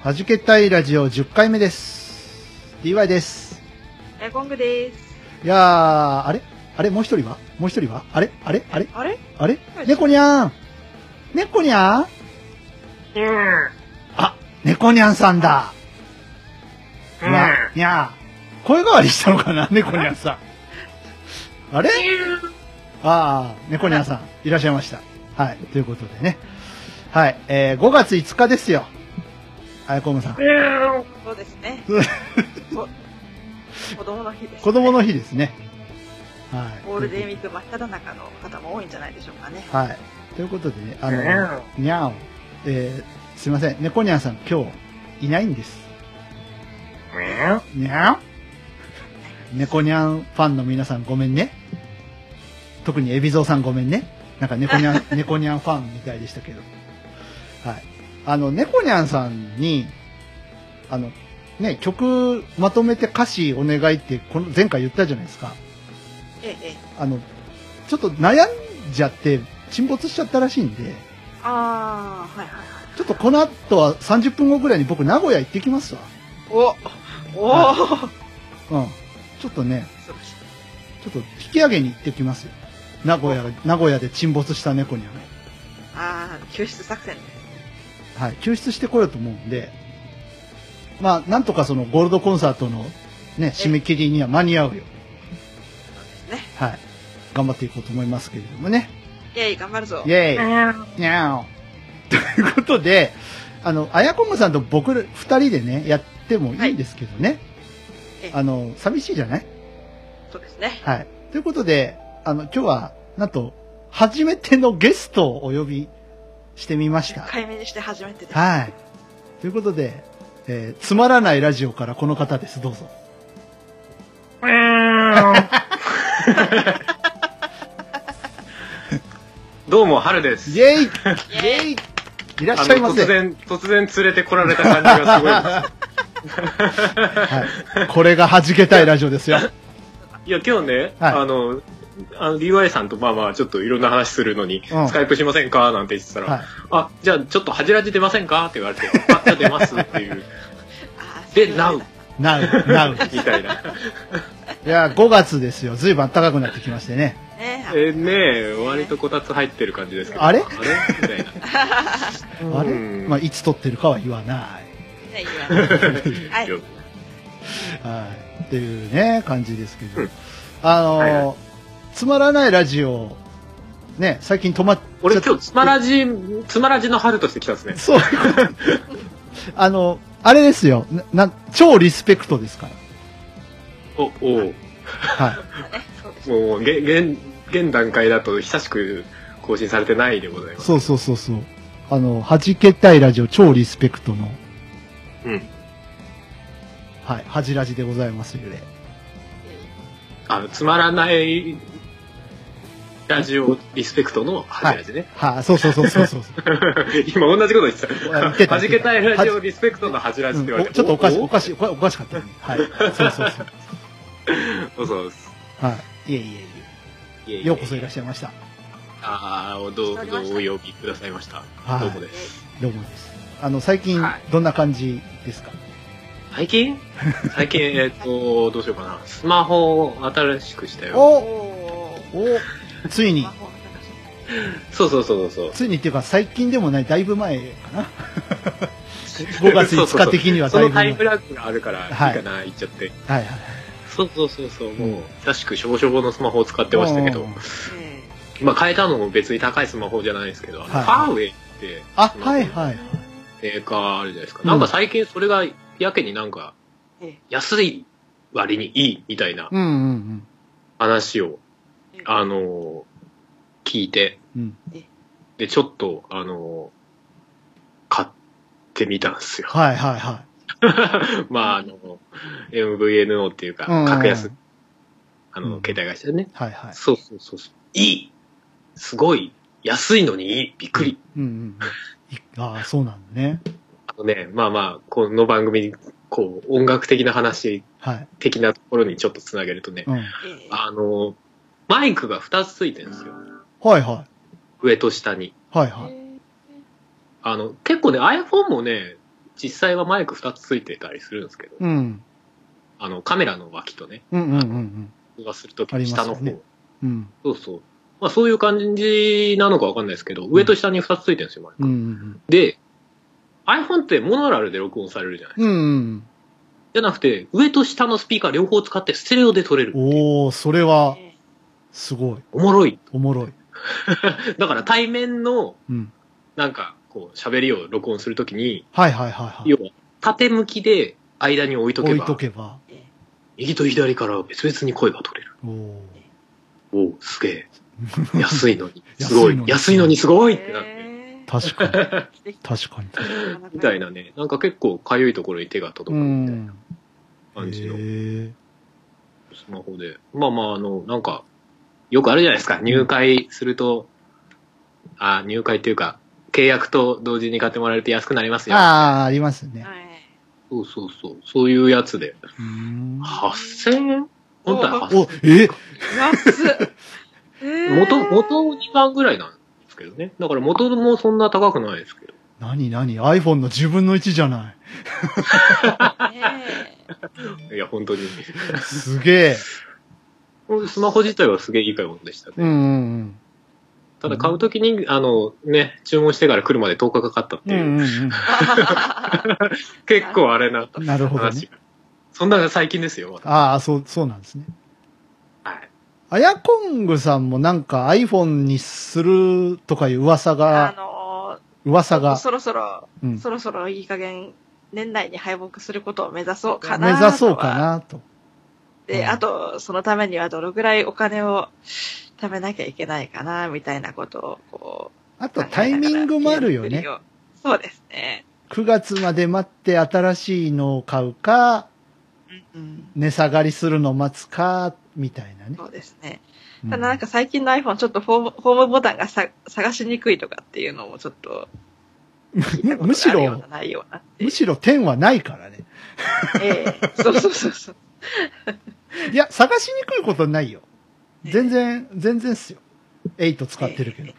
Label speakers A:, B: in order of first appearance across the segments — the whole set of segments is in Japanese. A: はじけたいラジオ10回目です。DY です。
B: エコングです。
A: いやー、あれあれもう一人はもう一人はあれあれあれ
B: あれ
A: あれ
B: はい
A: 猫にゃん猫にゃんあ、猫にゃんさんだ。にゃ、にゃー。声変わりしたのかな猫にゃんさん。あれあー、猫にゃんさん、いらっしゃいました。はい、ということでね。はい、えー、5月5日ですよ。あやこむさん。
B: そうです ね。子供の日です、ね。
A: 子供の日ですね。はい。
B: ゴールデンウィーク真っ只中の方も多いんじゃないでしょうかね。
A: はい。ということでね、あの、にゃお、えー、すいません、猫にゃんさん、今日、いないんです。にゃお猫にゃんファンの皆さん、ごめんね。特に、エビゾウさん、ごめんね。なんか、猫にゃ ん、猫にゃんファンみたいでしたけど。はい。あの、猫にゃんさんに、あの、ね、曲まとめて歌詞お願いって、この前回言ったじゃないですか。
B: ええええ。
A: あの、ちょっと悩んじゃって、沈没しちゃったらしいんで、
B: ああ、はいはいはい。
A: ちょっとこの後は30分後ぐらいに僕名古屋行ってきますわ。
B: おおー
A: うん。ちょっとね、
B: 素晴らしい。
A: ちょっと引き上げに行ってきますよ。名古屋、名古屋で沈没した猫にはね。
B: ああ、救出作戦です。
A: はい。救出してこようと思うんで、まあ、なんとかそのゴールドコンサートのね、締め切りには間に合うよ。
B: そうですね。
A: はい。頑張っていこうと思いますけれどもね。
B: イェイ、頑張るぞ。
A: イェイにゃお。 ということで、あの、あやこむさんと僕ら二人でね、やってもいいんですけどね。
B: はい
A: あの、寂しいじゃない
B: そうですね。
A: はい。ということで、あの、今日は、なんと、初めてのゲストをお呼びしてみました。
B: 解明にして初めてです。
A: はい。ということで、えーつまらないラジオからこの方です。どうぞ。
C: どうも、春です。
A: イェイイ
B: イェイ
A: ェイいらっしゃいませ。
C: あの突然、突然連れてこられた感じがすごいで
A: はい。これが弾けたいラジオです よ。
C: す。いや、今日ね、
A: はい
C: あの、あの、DY さんとまあまあ、ちょっといろんな話するのに、
A: うん
C: スカイプしませんかなんて言ってたら、
A: はい。
C: あ、じゃあちょっと恥じらじ出ませんかって言われて、あ、じゃあ出ますっていう。
B: あー
C: で、
B: そうだ
C: NOW!
A: なう、なう。
C: みたいな。
A: いや、5月ですよ。ずいぶん暖かくなってきましてね。
B: ね
C: えねえ、割とこたつ入ってる感じですけど。
A: あれ
C: あれみたいな。
A: あれ
C: うん
A: まあ、いつ撮ってるかは言わない。
B: ねい いわはい
C: よ
A: はい。っていうね、感じですけど。
C: うん
A: あのー
C: はいは
A: つまらないラジオ、ね、最近止まっちゃっ
C: 俺今日、つまらじ、つまらじの春として来たんですね。
A: そういうこと。 あの、あれですよ。な、な超リスペクトですから。
C: お、おう
A: はい。
B: ねそうですね。
C: もう、げ現、現段階だと久しく更新されてないでございます。
A: そうそうそうそう。あの、弾けたいラジオ超リスペクトの、
C: うん。
A: はい、恥ラジでございますゆで。
C: あの、つまらないラジオリスペクトの恥ラジね。
A: はい、そうそうそうそうそう。
C: 今同じこと言ってた。
A: 言ってた
C: はじけたいラジオリスペクトの恥ラジって言われ
A: うんお
C: て。
A: ちょっとおかしい、
C: お
A: おかしい、おかおかしかったよね。はい。そうそうそう。
C: そうそうです。
A: はい。いえいえい
C: いえい
A: え。
C: え
A: ようこそいらっしゃいました。
C: ああ、どう、どうお呼びくださいました。
A: はい
C: どうもです。
A: どうもです。あの、最近
C: はい、
A: どんな感じですか、
C: 最近最 近、えっと、どうしようかな。スマホを新しくしたよ。
B: お
A: お
B: おー。
A: おつい
B: ス
A: に
B: マ、ホが高そう
C: そうそうそうそう。
A: ついにっていうか、最近でもない、だいぶ前かな。5月5日的には
C: そ
A: だいう
C: そうそうその
A: ぶ
C: タ
A: 前。はい
C: イムラグがあるから、いいかな、言っちゃって。
A: はい。
C: そうそうそうそう、
A: う
C: も
A: ん
C: う、久しくしょぼしょぼのスマホを使ってましたけど
A: うん、
B: え
C: まあ変えたのも別に高いスマホじゃないですけど、あのフ
A: はい
C: ァーウェイって、
A: あ、はいはい。
C: メーカーあるじゃないですか。
A: うん
C: なんか最近それが、やけになんか、
B: ええ
C: 安い割にいいみたいな
A: うんうん
C: 話を、
B: え
C: あのー聞いて、
A: うん。うん。
C: で、ちょっと、あのてみたんですよ。
A: はいはいは
C: まあ、あの、MVNO っていうか、
A: うん
C: 格安、あ
A: う
C: の
A: ん、
C: 携帯会社ね
A: い。。はいはい。
C: そうそうそうそう。いいすごい安いのにいいびっくり。
A: うんうんうん。いああ、そうなんだね。
C: あのね、まあまあ、この番組、こう、音楽的な話
A: はい。
C: 的なところにちょっとつなげるとね、
A: うん。はい
B: ええ
C: あの、マイクが2つついてるんですよ。
A: はい。はい
C: 上と下に。
A: はい。
C: あの、結構ね、iPhone もね、実際はマイク2つついてたりするんですけど、
A: うん。
C: あの、カメラの脇とね、
A: うんうんうんうん。
C: 通話するとき
A: あります
C: 下
A: よね
C: の方、
A: うん。
C: そうそう。まあそういう感じなのかわかんないですけど、上と下に2つついてるんですよ、マイク。
A: うんうん
C: で、iPhone ってモノラルで録音されるじゃない
A: うん。うん
C: じゃなくて、上と下のスピーカー両方使ってステレオで撮れる
A: うん。おおそれは、
B: え
A: すごい。
C: おもろい。
A: おもろい。
C: だから対面の、
A: うん。
C: なんか、こう、喋りを録音するときに、
A: はいはいはいはい。
C: 要は、縦向きで間に置いとけ
A: 置い
C: ば、
A: とけば。
C: 右と左から別々に声が取れる。
A: おお
C: おおすげ え。安いのに。
A: 安いのに
C: すごい。安いのにすご
B: え
C: いってなって。
A: 確かに。
B: ええ
A: 確かに。
C: みたいなね。なんか結構かゆいところに手が届
A: う。
C: くみたいなん感じの
A: へえ。
C: スマホで。まあまあ、あの、なんか、よくあるじゃないですか。入会すると、あ、入会っていうか、契約と同時に買ってもらえると安くなりますよ。
A: ああ、ありますね。
B: はい
C: そうそうそう。そういうやつで。
A: うーん
C: 8000円本体は
A: お、え
B: 安っええ
C: 元、元2番ぐらいなんですけどね。だから元もそんな高くないですけど。
A: 何何 ?iPhone の10分の1じゃな
B: ええ
C: いや、本当に。
A: い。すげえ。
C: スマホ自体はすげえいい買い物でしたね。
A: うんうん
C: ただ買うときに、あの、ね、注文してから来るまで10日かかったっ
A: う
C: て
A: ん。う
C: いう、
A: んうん
C: 結構あれ な
A: うん。なるほど
C: 話
A: ね。
C: が。そんなの最近ですよ、また
A: ああ、そう、そうなんですね。
C: はい。
A: アヤコングさんもなんか iPhone にするとかいう噂
B: あ
A: が、
B: の
A: 噂
B: ー
A: が、
B: そろそろ、
A: うん、
B: そろそろいい加減、年内に敗北することを目指そうかな
A: 目
B: とは。
A: 指そうかなと。うん
B: で、あと、そのためにはどのぐらいお金を貯めなきゃいけないかな、みたいなことを、こ
A: あ
B: う。
A: とタイミングもあるよ
B: やり
A: ね
B: く り。を。そうですね。
A: 9月まで待って新しいのを買うか、
B: うん。
A: 値下がりするのを待つか、みたいなね。
B: そうですね。
A: う
B: ただなんか最近の iPhone ちょっとホームホームボタンがさ探しにくいとかっていうのもちょっと聞いたこ と
A: むし
B: があるよう
A: ろ
B: な、ないような。
A: むしろ10はないからね。
B: ええそうそうそう そう。
A: いや、探しにくいことないよ。全然、全然っすよ。8使ってるけど。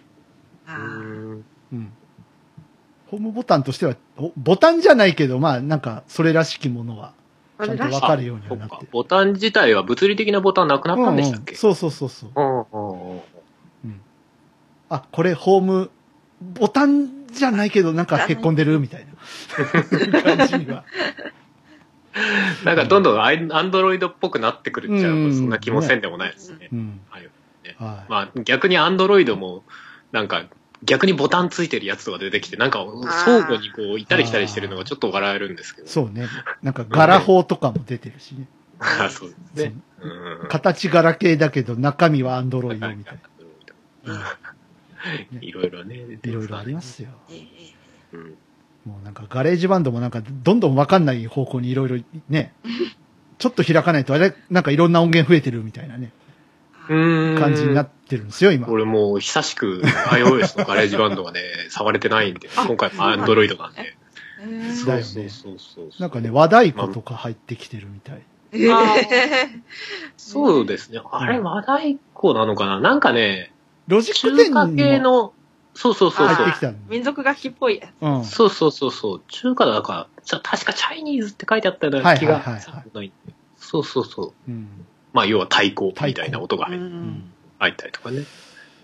B: あ
C: う
B: ー
C: ん
A: うん。ホームボタンとしては、おボタンじゃないけど、まあ、なんか、それらしきものは、
B: これ
A: ちゃん
B: ら
A: と
B: し
A: わ
B: い
A: かるようには
C: そっ
A: なっ
C: か
A: てる。
C: ボタン自体は物理的なボタンなくなったんでし
A: う
C: たっ
A: んうん
C: け、
A: そうそうそうそう。
C: うんうんうん
A: あ、これホーム、ボタンじゃないけど、なんかへっこんでるみたい な感じには。
C: なんかどんどんアイアンドロイドっぽくなってくるっちゃう、
A: うん
C: そんな気もせんでもないですね。
A: うん。
C: はい
A: はい。
C: まあ逆にアンドロイドも、なんか逆にボタンついてるやつとか出てきて、なんか相互にこう行ったり来たりしてるのがちょっと笑えるんですけど。
A: そうね。なんか柄法とかも出てるしね。
C: あそうですね。うん
A: 形柄系だけど中身はアンドロイドみたいな。
C: うん いろいろね。
A: いろいろありま。すよ。
B: えええ
C: うん
A: もうなんかガレージバンドもなんかどんどんわかんない方向にいろいろね。ちょっと開かないとあれ、なんかいろんな音源増えてるみたいなね、
C: うん
A: 感じになってるんですよ、今。
C: 俺もう久しく iOS のガレージバンド がね、触れてないんで、今回もアンドロイドなんで。
B: ええ
A: そうだよ
B: え
A: ね
C: そうそうそうそう。
A: なんかね、和太鼓とか入ってきてるみたい。
B: え
C: そうですね。あれ、和太鼓なのかななんかね、
A: ロジッ
C: 中
A: ク10
C: 華系
A: も
C: の、そうそうそう
A: 入
C: そ
A: って
C: う
A: き。たんで。
B: 民族楽器っぽいやつ。
A: うん。
C: そうそうそうそう。中華だから、ちゃ確かチャイニーズって書いてあったような気が
A: はいはいはいはい
C: ないんでそうそうそ
A: う
C: う。
A: ん。
C: まあ、要は太鼓みたいな音が
B: う
C: 入っ
B: ん。
C: 入ったりとかね。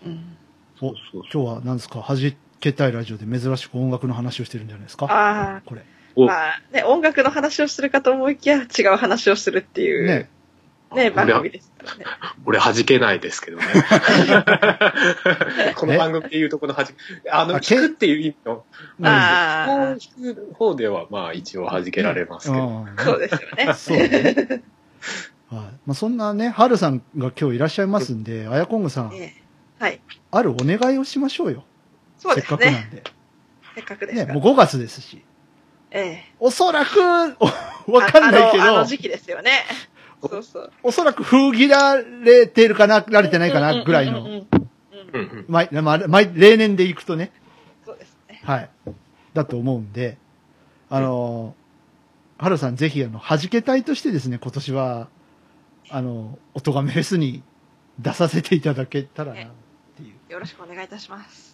B: うん
A: お、
C: そうそう
A: 今日は何ですかはじけたいラジオで珍しく音楽の話をしてるんじゃないですか
B: あ
A: これ。
B: あ、
C: お
B: まあ、ね、音楽の話をするかと思いきや、違う話をするっていう、ね
A: ね、。
B: 番組ですからね。
C: 俺弾けないですけどね。 この番組っていうとこの弾け、あの、
A: あ
C: 弾
A: け
C: くっていう意味の、
B: ああ
C: 弾、く方ではまあ一応弾けられますけど。
A: うん
B: そうですよね。
A: そうね。はい。まあ、そんなね、ハルさんが今日いらっしゃいますんで、あやこんぐさん
B: え、えはい。
A: あるお願いをしましょうよ。
B: そう
A: せ
B: で
A: っか
B: す
A: くな
B: ね。
A: んで。
B: せっかくです
A: ね、
B: か
A: もう
B: ら。
A: 5月ですし。
B: ええ。
A: おそらく、お わかんないけ
B: ああのあの
A: ど、
B: 時期ですよね。そうそう。
A: おそらく封切られてるかな、られてないかな、ぐらい
B: うんうん
A: の。
B: うんうん
C: う
B: うん
C: うんん。
A: 毎、まあ毎、例年で行くとね。
B: そうですね。
A: はい。だと思うんで、あのー、ハルさんぜひ、あの、弾け隊としてですね、今年は、あの、おとがめフェスに出させていただけたらな、ってい
B: よろしくお願いいたします。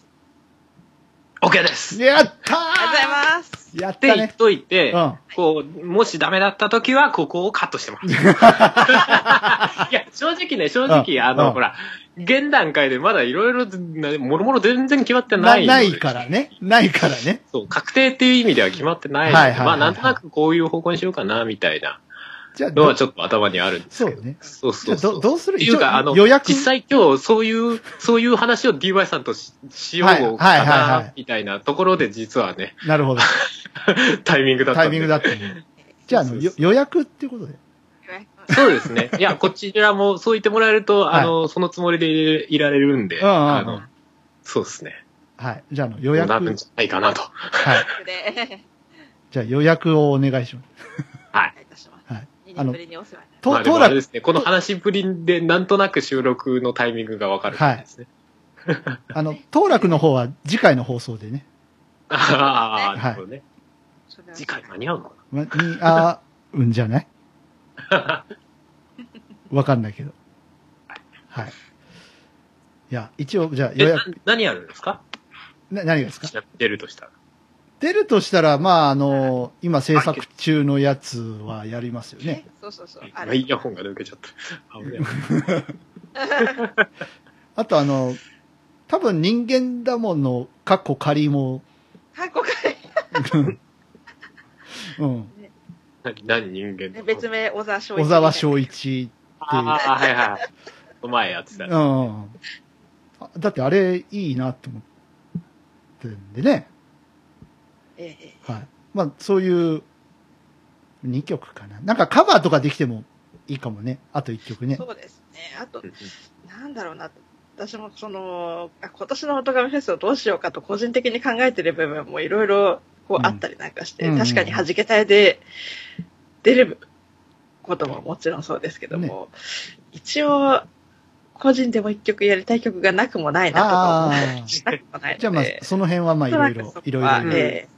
C: OK です
A: う。やったー
B: ありがとうございます。
A: やっ
C: って
A: た
C: 言っ
A: ね。
C: といて、
A: うん。
C: こう、もしダメだった時は、ここをカッ トしてます。いや、正直ね、正
A: う
C: 直、
A: ん
C: あ
A: うん
C: の、ほら、現段階でまだいろいろ、もろもろ全然決まって
A: な
C: ないので
A: ないからね。ないからね。
C: そう、確定っていう意味では決まってないので、
A: はいはいはいはい
C: まあ、なんとなくこういう方向にしようかな、みたいな
A: じゃあ、
C: の
A: ど
C: はちょっと頭にあるんですけど。
A: そうね
C: そう
A: じ
C: そ
A: ゃ
C: う
A: あ
C: そう。
A: どどうする
C: っていうか、あの、
A: 予約
C: 実際今日、そういう、そういう話を DY さんとししよう
A: はい
C: か
A: はいはいはい
C: な、みたいなところで、実はね、
A: なるほど。
C: タイミングだったん
A: タ
C: で。
A: イミングだったね。じゃあ、あの、よ予約っていうことで。
B: 予約
C: そうで すね。いや、こちらもそう言ってもらえると、
A: はい
C: あの、そのつもりでいられるんで、
A: うんうんうん
C: あの、そうですね。
A: はい。じゃあ、あの、予
C: 予
A: 約、
C: 約な
A: は
C: るんじゃないかなと。
A: い。
B: で
A: じゃあ、予約をお願いします。
B: お願いいたします。
A: はい。
B: 2
A: あ
B: 年
A: の
B: ぶりにお世話になり
A: と、
C: まあ、で
A: 当
C: もあれで
A: 落、
C: すね。この話ぶりで、なんとなく収録のタイミングがわかるんですね。
A: あの、当落の方は次回の放送でね。
C: あ
A: は
C: あ、
A: い
C: なるほどね。
B: それは
C: 次回間に合うのか
A: ま、に、あー、うんじゃ ないわかんないけど。はい。いや、一応、じゃあ
C: な
A: 予
C: え、な
A: 約、
C: 何やるんですか
A: な何がですか
C: ちなみに出るとしたら。
A: 出るとしたら、まあ、あの、今制作中のやつはやりますよね。
B: えそうそうそう。あ
C: 今
B: れ
C: イヤホンが抜けちゃった。危ない
A: あと、あの、多分人間だもの、かっこ仮も、
B: 韓国
A: うん、
C: 何何人間
B: で
C: の
B: 別名小沢翔一。
A: 小沢昭一っていう。
C: ああ、はいはい。お前やってた。
A: うん。あだってあれいいなって思ってんでね。
B: ええ。え
A: はい。まあ、そういう2曲かな。なんかカバーとかできてもいいかもね。あと1曲
B: え
A: ね。
B: そうですね。あと
C: うん、
B: なんだろうな。私もその、あ今年のオトガメフェスをどうしようかと個人的に考えてる部分もいろいろこ
A: うん
B: うあったりなんかして、
A: うんうん
B: 確かに弾けたいで出ることももちろんそうですけども、一応、個人でも一曲やりたい曲がなくもないなとか
A: あ
B: 思
A: あ
B: っ
A: ー。
B: たりもないので。
A: じゃあまあ、その辺はまあいろいろ、いろい
B: な
A: ろ
B: ん
A: いろい
B: となくそこは
A: ろ、
B: え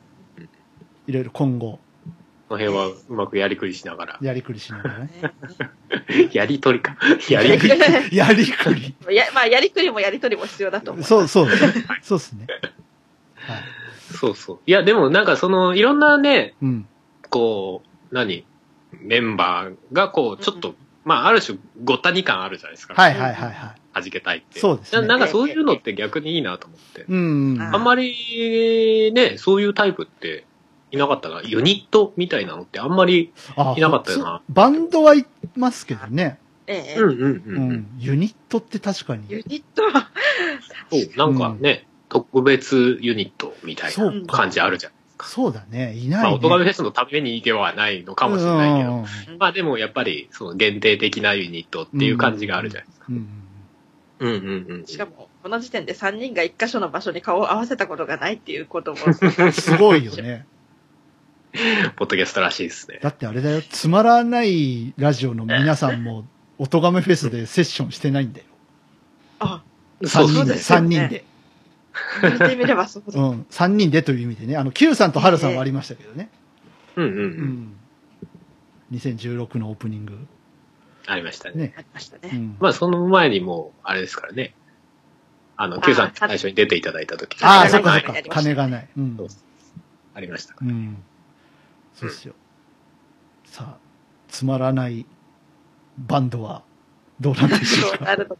A: いろいろ今後、
C: この辺はうまくやりくりしながら。
A: やりくりしながらね。
B: えね
C: やりとりか。やりくり。
A: やりくり。
B: やまあ、やりくりもやりとりも必要だと思う。
A: そう そう。そうですね。はい。
C: そうそう。いや、でもなんかその、いろんなね、
A: うん。
C: こう、何メンバーがこう、ちょっと、まあ、ある種、ごったに感あるじゃないですか。
A: はいはいはいはい。
C: 弾けたいって。
A: そうですね
C: ななんかそういうのって逆にいいなと思って。
A: うん。
C: あんまり、ね、そういうタイプっていなかったな。ユニットみたいなのってあんまり、
A: あ
C: いなかったよな
A: バンドはいますけどね。
B: ええ
C: うんうん
A: う
C: うんうん。
A: ん。ユニットって確かに。
B: ユニットは、
C: そう、なんかね、特別ユニットみたい
A: そ
C: な
A: う
B: か
C: 感じあるじゃん。
A: そうだね。いない、ね。
C: まあ、音楽フェスのためにではないのかもしれないけ
A: うんうん
C: ど。まあでもやっぱり、その限定的なユニットっていう感じがあるじゃないですか。
A: うん。うん
C: うんうんうん。
B: しかも、この時点で3人が1箇所の場所に顔を合わせたことがないっていう ことも、そ
A: うんすごいよね。
C: ポッドキャストらしいですね。
A: だってあれだよ、つまらないラジオの皆さんも、おとがめフェスでセッションしてない んだよ。
B: あ、
A: 3
C: そう
A: 人
C: で
A: で、
C: すね
A: 3人で。
B: 言ってみればそう
A: う
B: だ。
A: ん、3人でという意味でね、あの、Q さんとハルさんはありましたけどね。
C: うんうんう。
A: うんん。2016のオープニング。
C: ありましたね。
A: ね。
B: ありました
A: う
B: ね。
A: ん。
C: まあその前にもう、あれですからね。あの、
B: あ
C: Q さん最初に出ていただいた時
A: ああ、
B: 金
A: そ
B: が
A: っか
B: な
A: そ
B: い
A: っか
B: やり。ました
A: 金
B: ね
A: がない。うん
C: そう。ありましたか
A: うん。そうっすよ。さあ、つまらないバンドは、どうなんでしょ
B: そう う
A: か。
B: なると。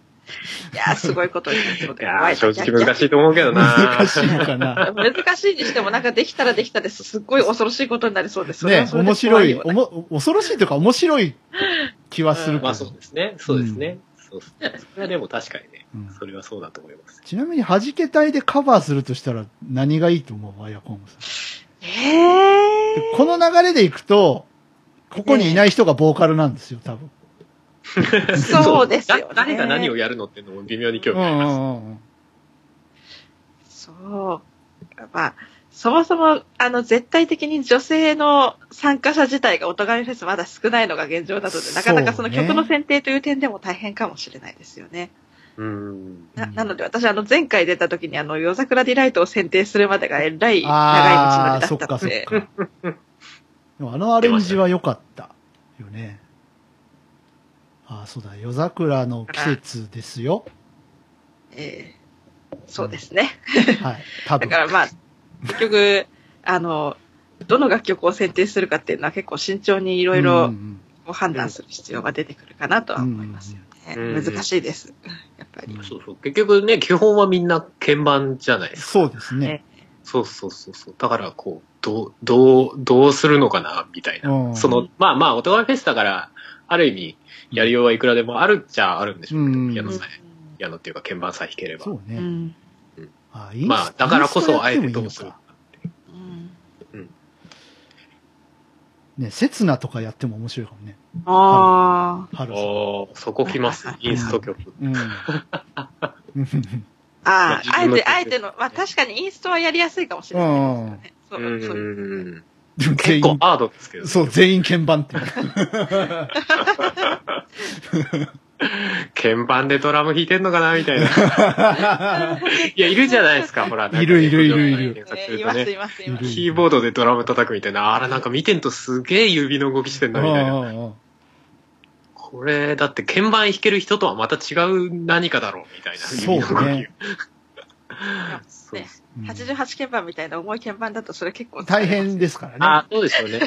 B: いやー、すごいことになってこと
C: ら。いやー、正直難しいと思うけどな。
A: 難しいのかな。
B: 難しいにしても、なんかできたらできたです。すっごい恐ろしいことになりそうです。それ
A: ね
B: は、それで
A: 面白い、
B: 怖
A: お
B: よね
A: も、恐ろしいというか面白い気はするけど、
C: まあそうですね。そうですね。そうですね。それはでも確かにね、
A: うん
C: それはそうだと思います。
A: ちなみに、弾け隊でカバーするとしたら何がいいと思うワイヤコングさん。
B: えー。
A: この流れでいくと、ここにいない人がボーカルなんですよ、多分。
B: そうですよ ね
C: だ誰が何をやるのっていうのも微妙に
A: う
C: 興
A: ん
C: 味
A: う
C: あります。
A: んうんうん。
B: そう。まあ、そもそも、あの、絶対的に女性の参加者自体がお互いフェスまだ少ないのが現状なの
A: そう
B: で、
A: ね
B: なかなかその曲の選定という点でも大変かもしれないですよね。
C: うん。
B: な
A: うん
B: なので私、あの、前回出た時に、あの、夜桜ディライトを選定するまでがえらい長い道の
A: あ
B: り
A: あ、
B: だ
A: そ
B: っ
A: った
B: の
A: かそっ
B: で、
A: か。でもあのアレンジは良かったよね。ああ、そうだ、夜桜の季節です よ。
B: えーそうですね。
A: はい、多
B: だ
A: 分。
B: からまあ、結局、あの、どの楽曲を選定するかっていうのは結構慎重にいろい
A: うん
B: ろ
A: うん
B: こう判断する必要が出てくるかなとは思いますよね。
C: うんうん
B: 難しいです。やっぱり。
C: そうそう。結局ね、基本はみんな鍵盤じゃないですか。
A: そうですね。
C: そうそうそうそう。だから、こう、どう、どう、どうするのかな、みたいな。
A: うん
C: その、まあまあ、お互いフェスだから、ある意味、やりようはいくらでもあるっちゃあるんでしょうけど、
A: うん
C: ピアノ
B: うん
C: さえ、ピアノっていうか鍵盤さえ弾ければ。
A: そう
B: う
A: ね。
B: ん
A: あインス
C: まあ、だからこ
A: インス
C: そ、
A: タ
C: あ
A: や
C: え
A: っても
C: て
A: いい
C: ど
A: の
C: う
A: か
C: するかっていう
B: うん
A: ね、セツナとかやっても面白いかもね。
B: あー
A: 春さん。
C: おーそこ来 ますね、インスト曲。
A: うん。
B: あー、
C: まあ
B: あ
C: 自
B: え
C: 分の
B: て、あえての、まあ確かにインストはやりやすいかもしれないですね。そううんそうです
C: う
B: ね
C: んうん。
A: でも全
C: 結構
A: 員、
C: ハードですけどね、
A: そう、全員鍵盤って。
C: 鍵盤でドラム弾いてんのかな みたいな。いや、いるじゃないですか、ほら。なんか
A: いるいるいるいる
C: 検索す
B: い
C: と
B: ま
C: ね
B: す、います、いま
A: い
B: す。
A: る
C: キーボードでドラム叩くみたいな、あら、なんか見てんとすげえ指の動きしてんな、みたいな。
A: うん
C: これ、だって鍵盤弾ける人とはまた違う何かだろう、みたいな。
A: そうね
C: 指の動き
B: ね
C: そうそう
A: うん
B: 88鍵盤みたいな重い鍵盤だとそれ結構
A: 大変ですから
C: あ、そうでしょうね。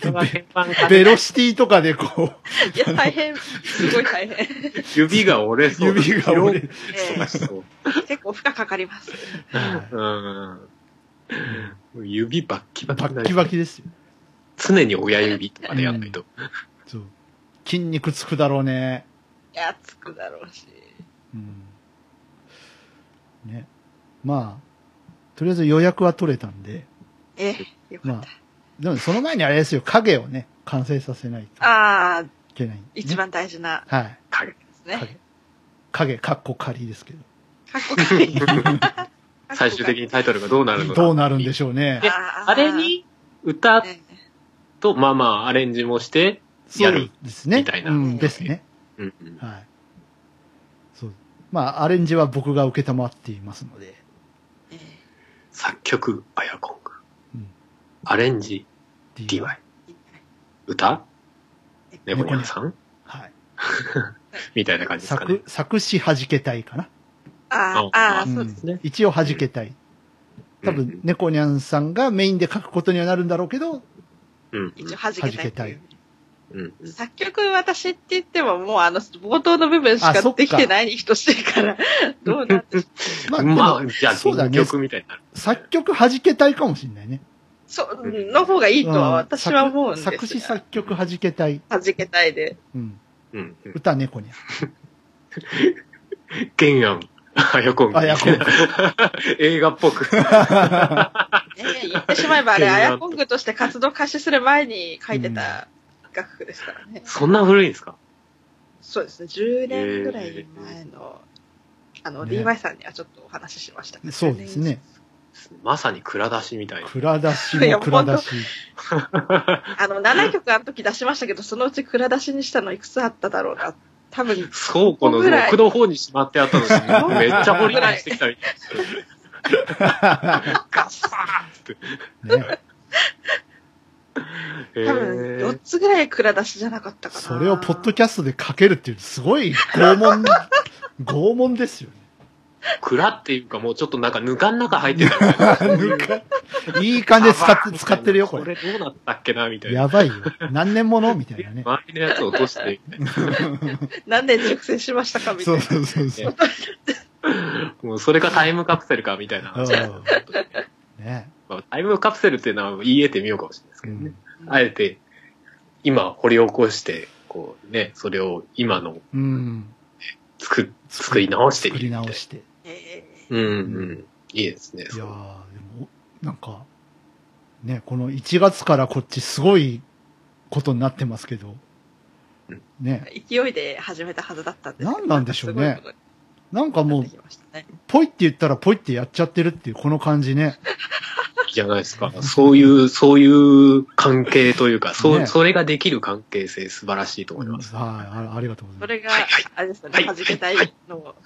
C: 鍵盤
A: ね。
C: が
A: ベロシティとかでこ
B: いや、大変。すごい大変。 え
C: 指が折れ
A: う、
C: そう。
A: 指が折れる。
C: そう
B: え
C: そう
B: 結構負荷かかります。
A: は
C: うん。もう指バッキ
A: い
C: バキ
A: バ
C: にな
A: ッ
C: る
A: キバキですよ。
C: 常に親指とかでやんないと。
A: そう筋肉つくだろうね。
B: いや、つくだろうし。
A: うんね。まあ、とりあえず予約は取れたんで、
B: ええ、よかっ
A: までもその前にあれですよ、影をね、完成させないと
B: た。ああー、
A: いけないんでね、
B: 一番大事な
A: はい。
C: 影
B: です
A: 影
B: ね。。
A: 影、かっこ仮ですけど。
B: かっこかいい。
C: 最終的にタイトルがどうなるの
A: どうなるん
C: しょ
A: で
C: う
A: しょうね。
B: あー
C: あれに歌
B: え
C: と、まあまあアレンジもして、
A: そ
C: や
A: う
C: る
A: ですね。
C: みたいな
A: うん、ですね。
C: うんうん
A: はい。そう。まあ、アレンジは僕が受けたまっていますので。
B: ええ
C: 作曲、アヤコング
A: うん。
C: アレンジ、
A: DY
C: DY。歌、ネコニャンさん
A: はい。
C: みたいな感じですかね
A: 作。、作詞弾けたいかな。
B: あーあ
C: あ
B: ー、そううんです。
C: ね
A: 一応弾けたい。多
C: うんう
A: 分
C: ん、
A: ネコニャンさんがメインで書くことにはなるんだろうけど、
C: うん
B: 一応弾けたいっていう
A: 弾けたい
C: うん。
B: 作曲私って言ってももうあの冒頭の部分し
A: あそっ
B: か
A: か
B: できてない人してるから、どうなってし
A: まあ、
C: ま
A: で
C: あ、
A: も
C: じゃあ、
A: そうだ
C: 原
A: ね
C: 曲みたいになる。
A: 作曲弾けたいかもしれないね。
B: そう、の方がいいとは私は思うんですよ。
A: 作作詞作曲弾けたい。
B: 弾けたいで。
A: うん。
C: うんうん。
A: 歌ネコニャン。
C: 原案、アヤコング。
A: アヤコング
C: 映画っ ぽく。
B: ねえ、言ってしまえばあれ、
C: うん
B: アヤコングとして活動開始する前に書いてた楽譜ですからね。
C: そんな古いんですか
B: そうですね、10年ぐらい前の、あの、
A: ね
B: DY さんにはちょっとお話ししましたけど
A: そうですね。。
C: まさに蔵出しみたいな。
A: 蔵出しも蔵出し。
B: あの、7曲あの時出しましたけど、そのうち蔵出しにしたのいくつあっただろうな。多分、
C: 倉庫の
B: ぐらい
C: 奥の方にしまってあったのに、めっちゃ掘り出してきたり。ガッサーンって。
A: ね。
C: へ
B: 多分、
C: ー
B: 4つぐらい蔵出しじゃなかったかな。
A: それをポッドキャストで書けるっていう、すごい拷問、 拷問ですよね。
C: 蔵っていうかもうちょっとなんかぬかん中入っ てたみたいな。
A: いい感じで使って、使ってるよ、こ
C: こ
A: れ。
C: れどうなったっけなみたいな。
A: やばいよ。何年ものみたいな ね。
C: 周りのやつ落として、みたいな
B: 何年熟成しましたかみた
A: そ
B: いうな。
A: そうそうそう。
C: もうそれがタイムカプセルか、みたいな話だ
A: うん
C: なと思って
A: ね。
C: まあタイムカプセルっていうのは言い得てみようかもしれないですけどね。
B: うん
C: あえて、今掘り起こして、こうね、それを今の
A: うん。
C: 作っ、作り直してい
A: 作
C: る
A: り
C: みたいな
A: 直して。い
B: ええ
C: うんうん。いいですね。
A: やー、でも、なんか、ね、この1月からこっちすごいことになってますけど
C: うん、
A: ね、
B: 勢いで始めたはずだったんですけど
A: 何なんでしょうね
B: なんかす
A: なんかも
B: ごいことになっ
A: う
B: て、きましたね
A: ポイって言ったらポイってやっちゃってるっていう、この感じね。
C: きじゃないですか。そういう、そういう関係というか、そう、
A: ね
C: それができる関係性素晴らしいと思います。
A: はい、あありがとうござ
B: そ
A: いま
B: れが
C: はいはい、
B: あれですよ
C: は
B: ね、
C: い
B: 弾けたいのを。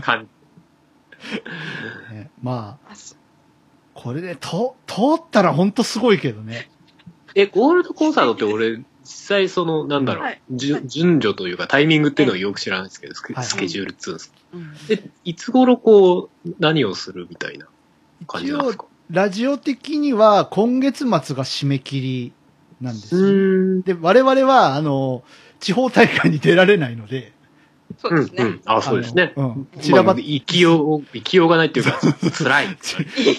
C: 感
A: す。ね、まあ、
B: あそう
A: これでと通ったら本当すごいけどね。
C: え、ゴールドコンサートって俺、実際その、なんだろう、
B: はい
C: じゅ順序というかタイミングっていうのをよく知らないですけど、スケ
A: はい
C: スケジュールっつうんですか。
B: うん
C: で、いつ頃こう、何をするみたいな感じ
A: 一
C: なんで
A: 応
C: すか、
A: ラジオ的には今月末が締め切りなんです
C: う
A: よ。
C: ーん。
A: で、我々は、あの、地方大会に出られないので、
B: そう
C: う
B: で
C: ん
B: す、
C: う
B: ね
C: ん。。あ、そうですね。
A: あのうん。散
C: 散ら
A: ら
C: ば
A: ば
C: っ、生きよう、生きようがないっていうか、辛い。
B: いい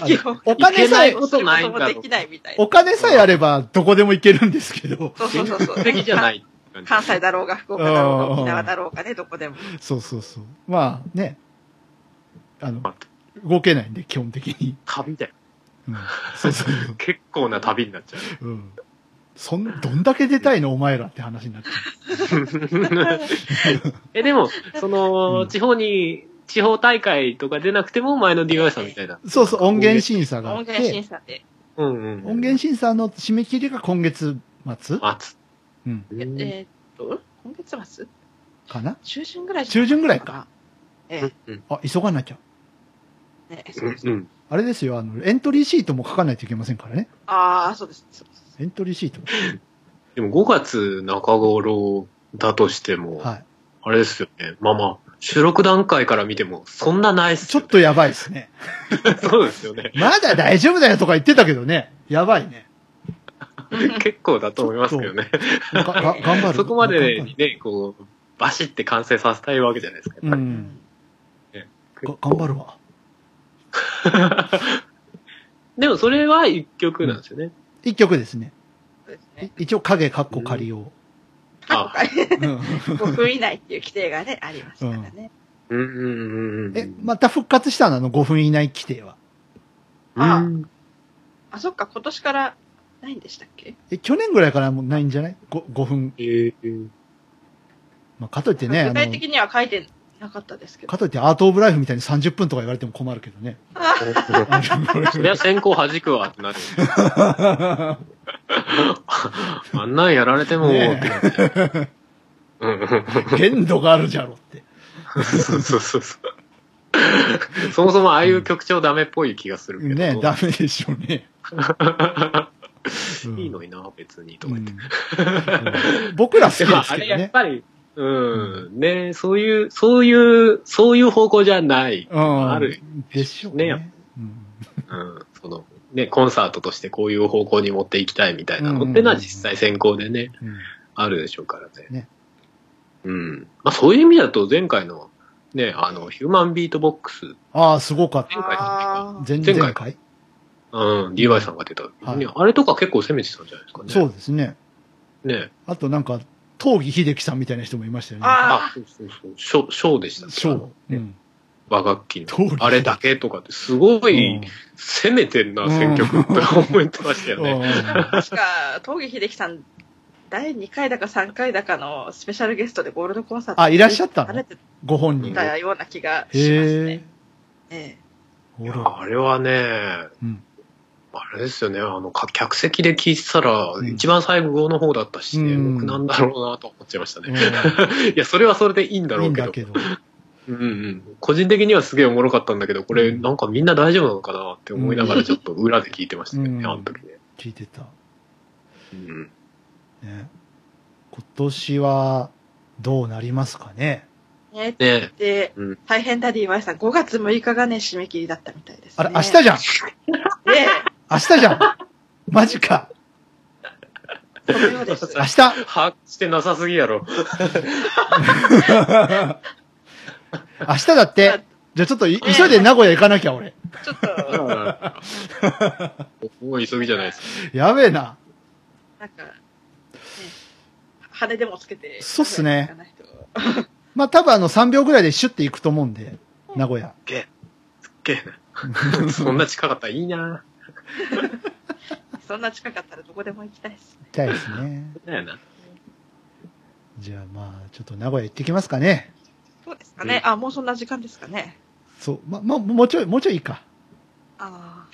A: あ
B: 気を
A: のお
C: いけ
A: 金さ
C: な
A: え
C: い、ことないん
B: も
C: だ
B: で
C: ろう
B: き。ないみたいな
A: お。金さえあれば、どこでも行けるんですけど、
B: そうそうそうそう。。
C: できじゃないい。
B: 関西だろうが、福岡だ
A: う
B: ろう
A: ん
B: が、沖縄だろうがね、どこでも。
A: そうそうそう。まあね、あの
C: ま、
A: 動けないんで、基本的に。
C: 旅だよ。
A: うん。そうそうそう。
C: 結構な旅になっちゃう。
A: うん。そん、どんだけ出たいのお前らって話になっちゃ
C: え、でも、その、
A: うん
C: 地方に、地方大会とか出なくても前の DY さんみたいな。
A: う。そうそう、音源審査があっ
B: 音源審
A: て、
B: 査で。
C: うんうん。
A: 音源審査の締め切りが今月末
C: 待つ。
A: うん
B: えーっと、今月末
A: かな
B: 中旬ぐらい
A: 中旬ぐらいか。
B: え
C: うんうん
A: あ、急がなきゃ。
B: え、ね、
C: うんうん。
A: あれですよ、あの、エントリーシートも書かないといけませんからね。
B: ああ、そうです。そうです
A: エントリーシート。
C: でも5月中頃だとしても、
A: はい。
C: あれですよね。まあまあ、収録段階から見ても、そんなないっす
A: ちょ
C: よ
A: っ
C: ね、
A: とやばいですね。
C: そうですよね。
A: まだ大丈夫だよとか言ってたけどね。やばいね。
C: 結構だと思いますけどね。
A: がが頑張る。
C: そこまで
A: 頑
C: にね、こう、バシって完成させたいわけじゃないですか。
A: 張る。う ん。が頑張るわ。
C: でもそれは一曲なんですよね。
A: 一曲ですね。
B: そうです
A: い
B: ね。
A: 一応影かっこ借りよ
C: あ、
A: う。うん
B: 5分以内っていう規定がね、ありますからね。
C: うんうんうんうん。
A: え、また復活したのあの5分以内規定は。
C: あ、
B: あ、そっか、今年からないんでしたっけ
A: え、去年ぐらいからもうないんじゃない 5, 5分。
C: えー
A: まあ、かといってね、あ
B: 具
A: の、
B: 体的には書いてなかったですけど
A: か。といってアートオブライフみたいに30分とか言われても困るけどね。あの
C: そりゃ先行弾くわってなる。あんなんやられても、
A: ね
C: うんうん
A: 限度があるじゃろって。
C: そうそうそうそう。そもそもああいう曲調ダメっぽい気がするけど。
A: ねダメでしょう ね。うん
C: いいのにな、別に、とか言って。
A: うんうん僕ら好き
C: で
A: で
C: も
A: す
C: あれ
A: けど
C: や っ
A: ね。
C: ぱり、うん、ねそういう、そういう、そういう方向じゃない。
A: うん。
C: ある
A: でしょうね。
C: ね
A: うん
C: うん、その、ね、コンサートとしてこういう方向に持っていきたいみたいなのってのは実際先行でね。
A: うん
C: あるでしょうからね。
A: ね
C: うん。まあそういう意味だと前回のね、あの、ヒューマンビートボックス、
A: ああ、すごかった。
C: 前回
B: あー
A: 前
C: 前回
A: 々回
C: うん、DY さんが出た時に、
A: は
C: あれとか結構攻めてたんじゃないですかね。
A: そうですね。
C: う。ね。
A: あとなんか、東儀秀樹さんみたいな人もいましたよね。
B: あ
C: あ、そうそうそう。ショショーでしたっけ
A: ショー。う
C: ね
A: ん
C: 和楽器の。
A: 東儀秀樹
C: あれだけとかって、すご
A: う
C: い
A: ん
C: 攻めてんな、選曲って思ってましたよね。
A: う
B: 確か、東儀秀樹さん、第2回だか3回だかのスペシャルゲストでゴールドコンサート
A: あいらっしゃったの
B: されて
A: んご本人。
C: うん
B: たような気が
A: へ
B: しますね
A: え。。
B: え
A: ほ
C: いや
A: ら。
C: あれはね、
A: うん
C: あれですよね、あの、か客席で聴いてたら
A: う、ん
C: 一番最後の方だったし、ね
A: うん
C: 僕なんだろうなと思っちゃいましたね。
A: う
C: いや、それはそれでいいんだ
A: ん
C: ろ
A: いい
C: うんけど。
A: だけど。
C: うんうん。個人的にはすげえおもろかったんだけど、これ
A: うん
C: なんかみんな大丈夫なのかなって思いなが
A: う
C: ら
A: ん
C: ちょっと裏で聞いてましたけどね、
A: うん
C: あの時ね。
A: 聞いてた。
C: うん。
A: ね。今年は、どうなりますかね。
B: えね
C: ね
B: で、
C: うん
B: 大変だ DY さん、5月6日がね、締め切りだったみたいです、
A: あ
B: ね。
A: れ、明日じゃん
B: ね
A: 明日じゃんマジか
B: え、そのようです。
A: 明日
C: え。把握してなさすぎ やろ。
A: 明日だって。じゃあちょっとい、急いで名古屋行かなきゃ、俺。
B: ちょっと、
C: もう急ぎじゃないですか。
A: やべえな。
B: なんか、ね、羽でもつけて、
A: そうっすね
B: 行かないと。
A: まあ、多分あの、3秒ぐらいでシュッて行くと思うんで、名古屋。
C: すっげえ な。そんな近かったらいいな。
B: そんな近かったらどこでも行きたいです。
A: 行きたいですね。
C: だよな。
A: じゃあまあ、ちょっと名古屋行ってきますかね。
B: そうですかね。あ、もうそんな時間ですかね。
A: そう、ま、ま、もうちょい、もうちょいいいか。
B: あ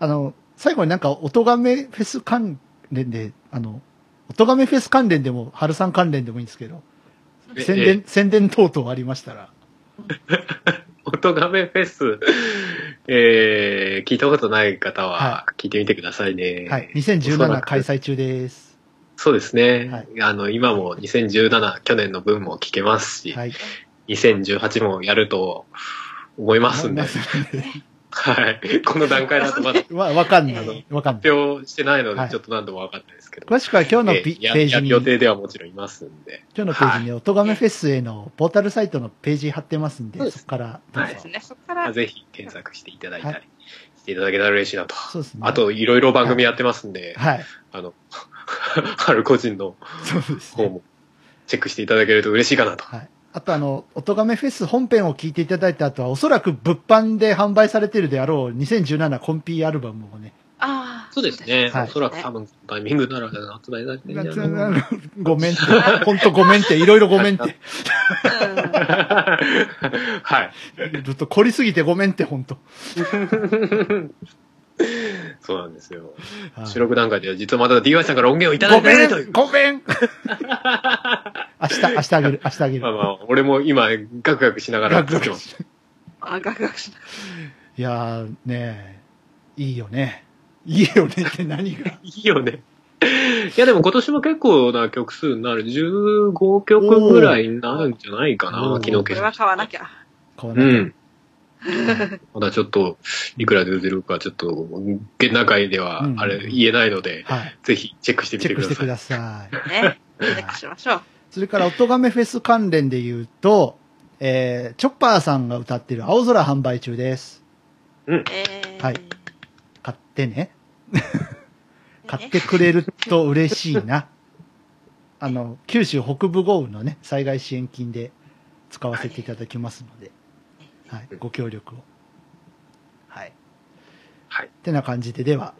A: あの、最後になんか、音がめフェス関連で、あの、音がめフェス関連でも、春さん関連でもいいんですけど、
C: え
A: 宣伝、宣伝等々ありましたら、
C: 音亀フェス、えー、聞いたことない方
A: は
C: は聞いてみてくださいね。
A: はい、
C: おそら
A: 2017
C: く
A: 開催中です。
C: そうですね。
A: はい
C: あの、今も2017、去年の分も聞けますし、
A: はい。
C: 2018もやると思いますんで、はい。この段階だと まだ
A: わ、わかんな
B: え
A: い。わかんない。
C: 発表してないの
A: は
C: で、
A: い
C: ちょっと何度も分かんないですけど、
A: 詳しくは今日の
C: え
A: ピ
C: ーや
A: ページ
C: やる
A: に、
C: 予
A: 今日
C: 定ではもちろんいますんで、
A: のページに、音がめフェスへのポータルサイトのページ貼ってますんで、
C: そうです
A: そこから
B: あ。
A: どう
B: そ
A: ぞ
B: うですね。そこか
C: まあ
B: ら、
C: ぜひ検索していただいたり、
A: はい
C: していただけたら嬉しいなと。
A: そうですね。
C: あ、と、いろいろ番組やってますんで、
A: はい。
C: あの、 春個人の
A: そうです
C: 方
A: ね。
C: もチェックしていただけると嬉しいかなと。
A: はい。あとあの、音がめフェス本編を聞いていただいた後は、おそらく物販で販売されてるであろう2017コンピアルバムをね、
B: ああ。
C: そうですね。
A: はい
C: おそらく多分、タイミングなら発売されてるんじゃないかな。
A: ごめんって、ほんとごめんって、いろいろごめんって、
B: うん。
C: はい。
A: ずっと凝りすぎてごめんって、ほんと。
C: そうなんですよ。
A: はい
C: 収録段階では実はまだ DY さんから音源をいただ
A: ご
C: いてな
A: め
C: いとい
A: ん
C: う。
A: ご めん明日、明日あげる、明日あげ
C: まあ
A: る。
C: まあ、俺も今、ガクガクしながら作ってます。
B: あ、ガクガクし
A: いやーねえ、いいよね。いいよねって何 が。
C: いいよね。いやでも今年も結構な曲数になる。15曲ぐらいになるんじゃないか
A: お
C: な
A: ー、
C: 昨日
B: これ
C: 決
B: は買わなきゃ。
A: こう
C: う
A: ね
C: ん。まだちょっと、いくらで売れるか、ちょっと、現段階では
A: うん、
C: あれ、言えないので、
A: はい。
C: ぜひチェックしてみ
A: チェ
C: て
A: ック
C: く
A: し
C: だ
A: て
C: さ
A: く
C: い。
A: ださい。
B: ね。チェックしましょう。
A: それから、音がめフェス関連で言うと、えー、チョッパーさんが歌ってる青空販売中です。
B: えー、
A: はい買ってね。買ってくれると嬉しいな。あの、九州北部豪雨のね、災害支援金で使わせていただきますので、はい、ご協力を。はい。
C: はい
A: ってな感じで、では、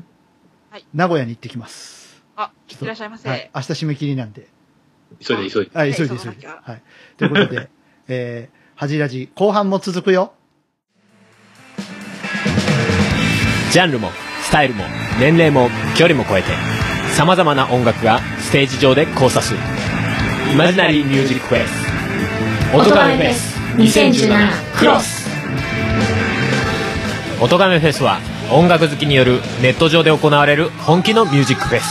B: はい
A: 名古屋に行ってきます。
B: あ、いってらっしゃいませ。
A: はい、明日締め切りなんで、
C: 急いで急いで。
A: はい、急い
B: そ
A: で
B: う
A: 急い
B: なん
A: で。
B: か
A: はい。ということで、 えー、恥じらじ、後半も続くよ。
D: ジャンルもスタイルも年齢も距離も超えてさまざまな音楽がステージ上で交差するイマジナリーミュージックフェス音ガメフェス2017クロス音ガメフェスは音楽好きによるネット上で行われる本気のミュージックフェス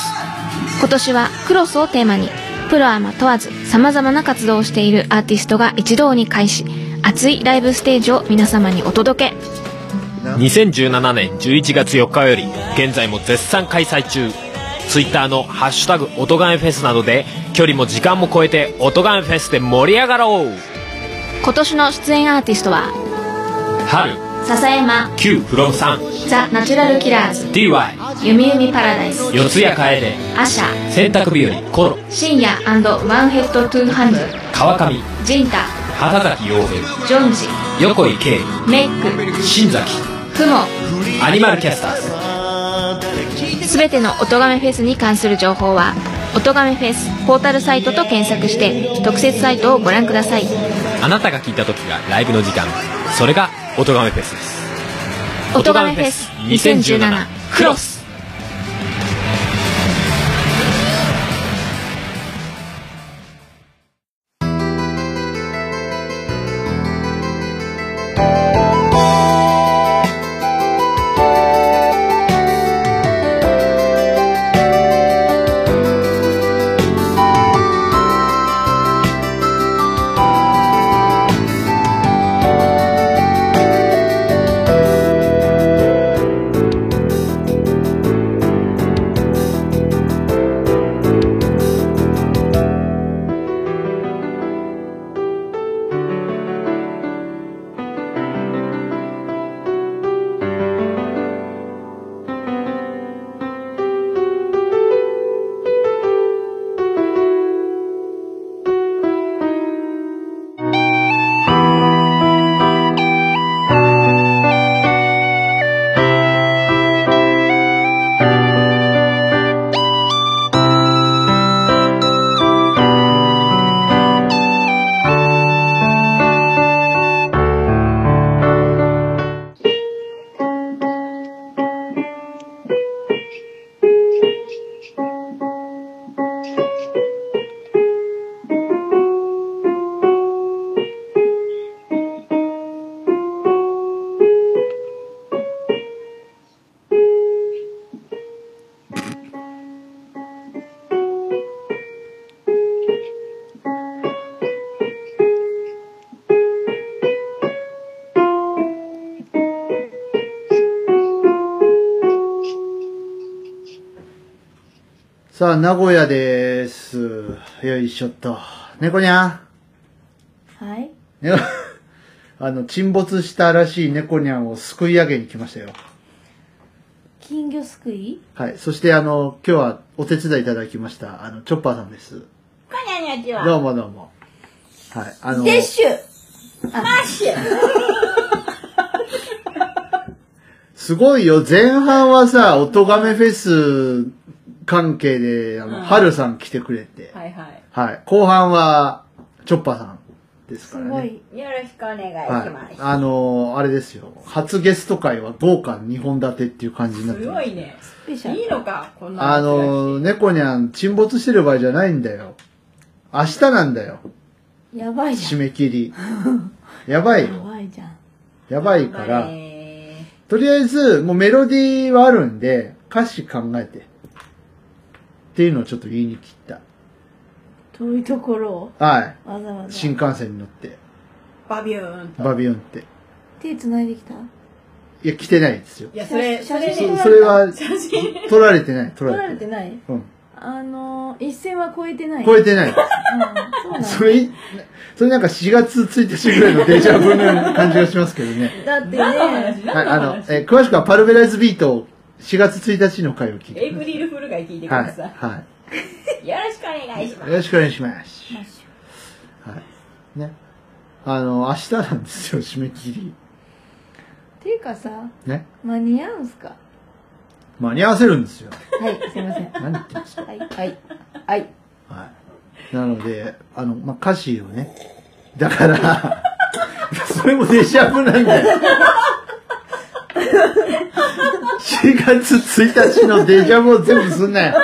E: 今年はクロスをテーマにプロアマ問わず様々な活動をしているアーティストが一堂に会し熱いライブステージを皆様にお届け
D: 2017年11月4日より現在も絶賛開催中 Twitter の「ハッシュタグ音がめフェス」などで距離も時間も超えて音がめフェスで盛り上がろう
E: 今年の出演アーティストは
D: 春
E: 笹山
D: Q フロムさん
E: ザ・ナチュラルキラーズ
D: DY
E: ユミユミパラダイス
D: 四谷楓
E: アシャ
D: 洗濯日和コロ
E: 深夜ワンヘッドトゥーハンド
D: 川上
E: ジンタ
D: 畑崎陽平
E: ジョンジ
D: 横井圭
E: メック
D: 新崎
E: クモ
D: アニマルキャスターズ
E: すべての音がめフェスに関する情報は「音がめフェス」ポータルサイトと検索して特設サイトをご覧ください
D: あなたが聞いた時がライブの時間それが音がめフェスです
E: 音がめフェス2017ク ロス
A: さあ、名古屋です。よいしょっと。猫にゃん。
F: はい。
A: ね あの、沈没したらしい猫にゃんをすくい上げに来ましたよ。
F: 金魚すくい
A: はい。そして、あの、今日はお手伝いいただきました、あの、チョッパーさんです。
F: こにゃにゃち
A: どうもどうも。はい。あの、
F: ティッシュマッシュ
A: すごいよ。前半はさ、おとがめフェス関係で、あの、
F: うん
A: はるさん来てくれて、
F: はいはい。
A: はい。後半は、チョッパーさんです
F: す
A: からね。
F: ごい。よろしくお願いし
A: はい。あのーあれですよ。初ゲスト会は豪華2本立てっていう感じになって
G: す
A: ま
G: ごいね。
F: スペシャ
G: いい
F: ル。
G: のか、こんな
A: あのー猫にゃん沈没してる場合じゃないんだよ。明日なんだよ。
F: やばいじ
A: 締め切 り。やば
F: ゃ
A: い
F: ん。や
A: よ。
F: ばいじゃん。
A: やばい
G: 頑
A: か
G: 張
A: ら、
G: れ
A: とりあえず、もうメロディーはあるんで、歌詞考えて。っていうのをちょっと言いに切った。
F: 遠いところを
A: はい。
F: わざわざ。
A: 新幹線に乗って、
G: バビューンと。
A: バビオンって。
F: 手繋いできた
A: いや、来てないですよ。
G: いや、それ、そ
F: 写
G: れね
F: 真
A: そ
F: 撮られた
A: それは、
G: 写真。
A: 取られてない、取
F: 取
A: ら
F: ら
A: れ
F: れ
A: て
F: て
A: ない。
F: ない
A: うん。
F: あのー、一線は超えてない。
A: 超え
F: て
A: てない。
F: うん、そ
A: そうれ、それなんか4月1日ぐらいのデジャブの感じがしますけどね。
F: なんだ。だってね、
A: はい、あの、えー詳しくはパルベライズビートを4月1日の回を聞い
G: エイ
A: て
G: プリルフールが聞いて
A: く
G: く
A: だ
G: だ
A: さい。
G: さ。
A: はい
G: よろしくお願いし
A: い。
G: ます。
A: よろしくお願いします。
F: マッシ
A: はい。ね。あの、明日なんですよ、締め切り。
F: ュていうかさ、
A: ね。
F: 間に合うんすか
A: 間に合わせるんですよ。
F: はい、すいません。
A: 何言ってますか。
F: はい、はい、はい。
A: はい。なので、あの、まあ、歌詞をね。だから、 それもデジャブなんだよ。4月1日のデジャブを全部すんなよ。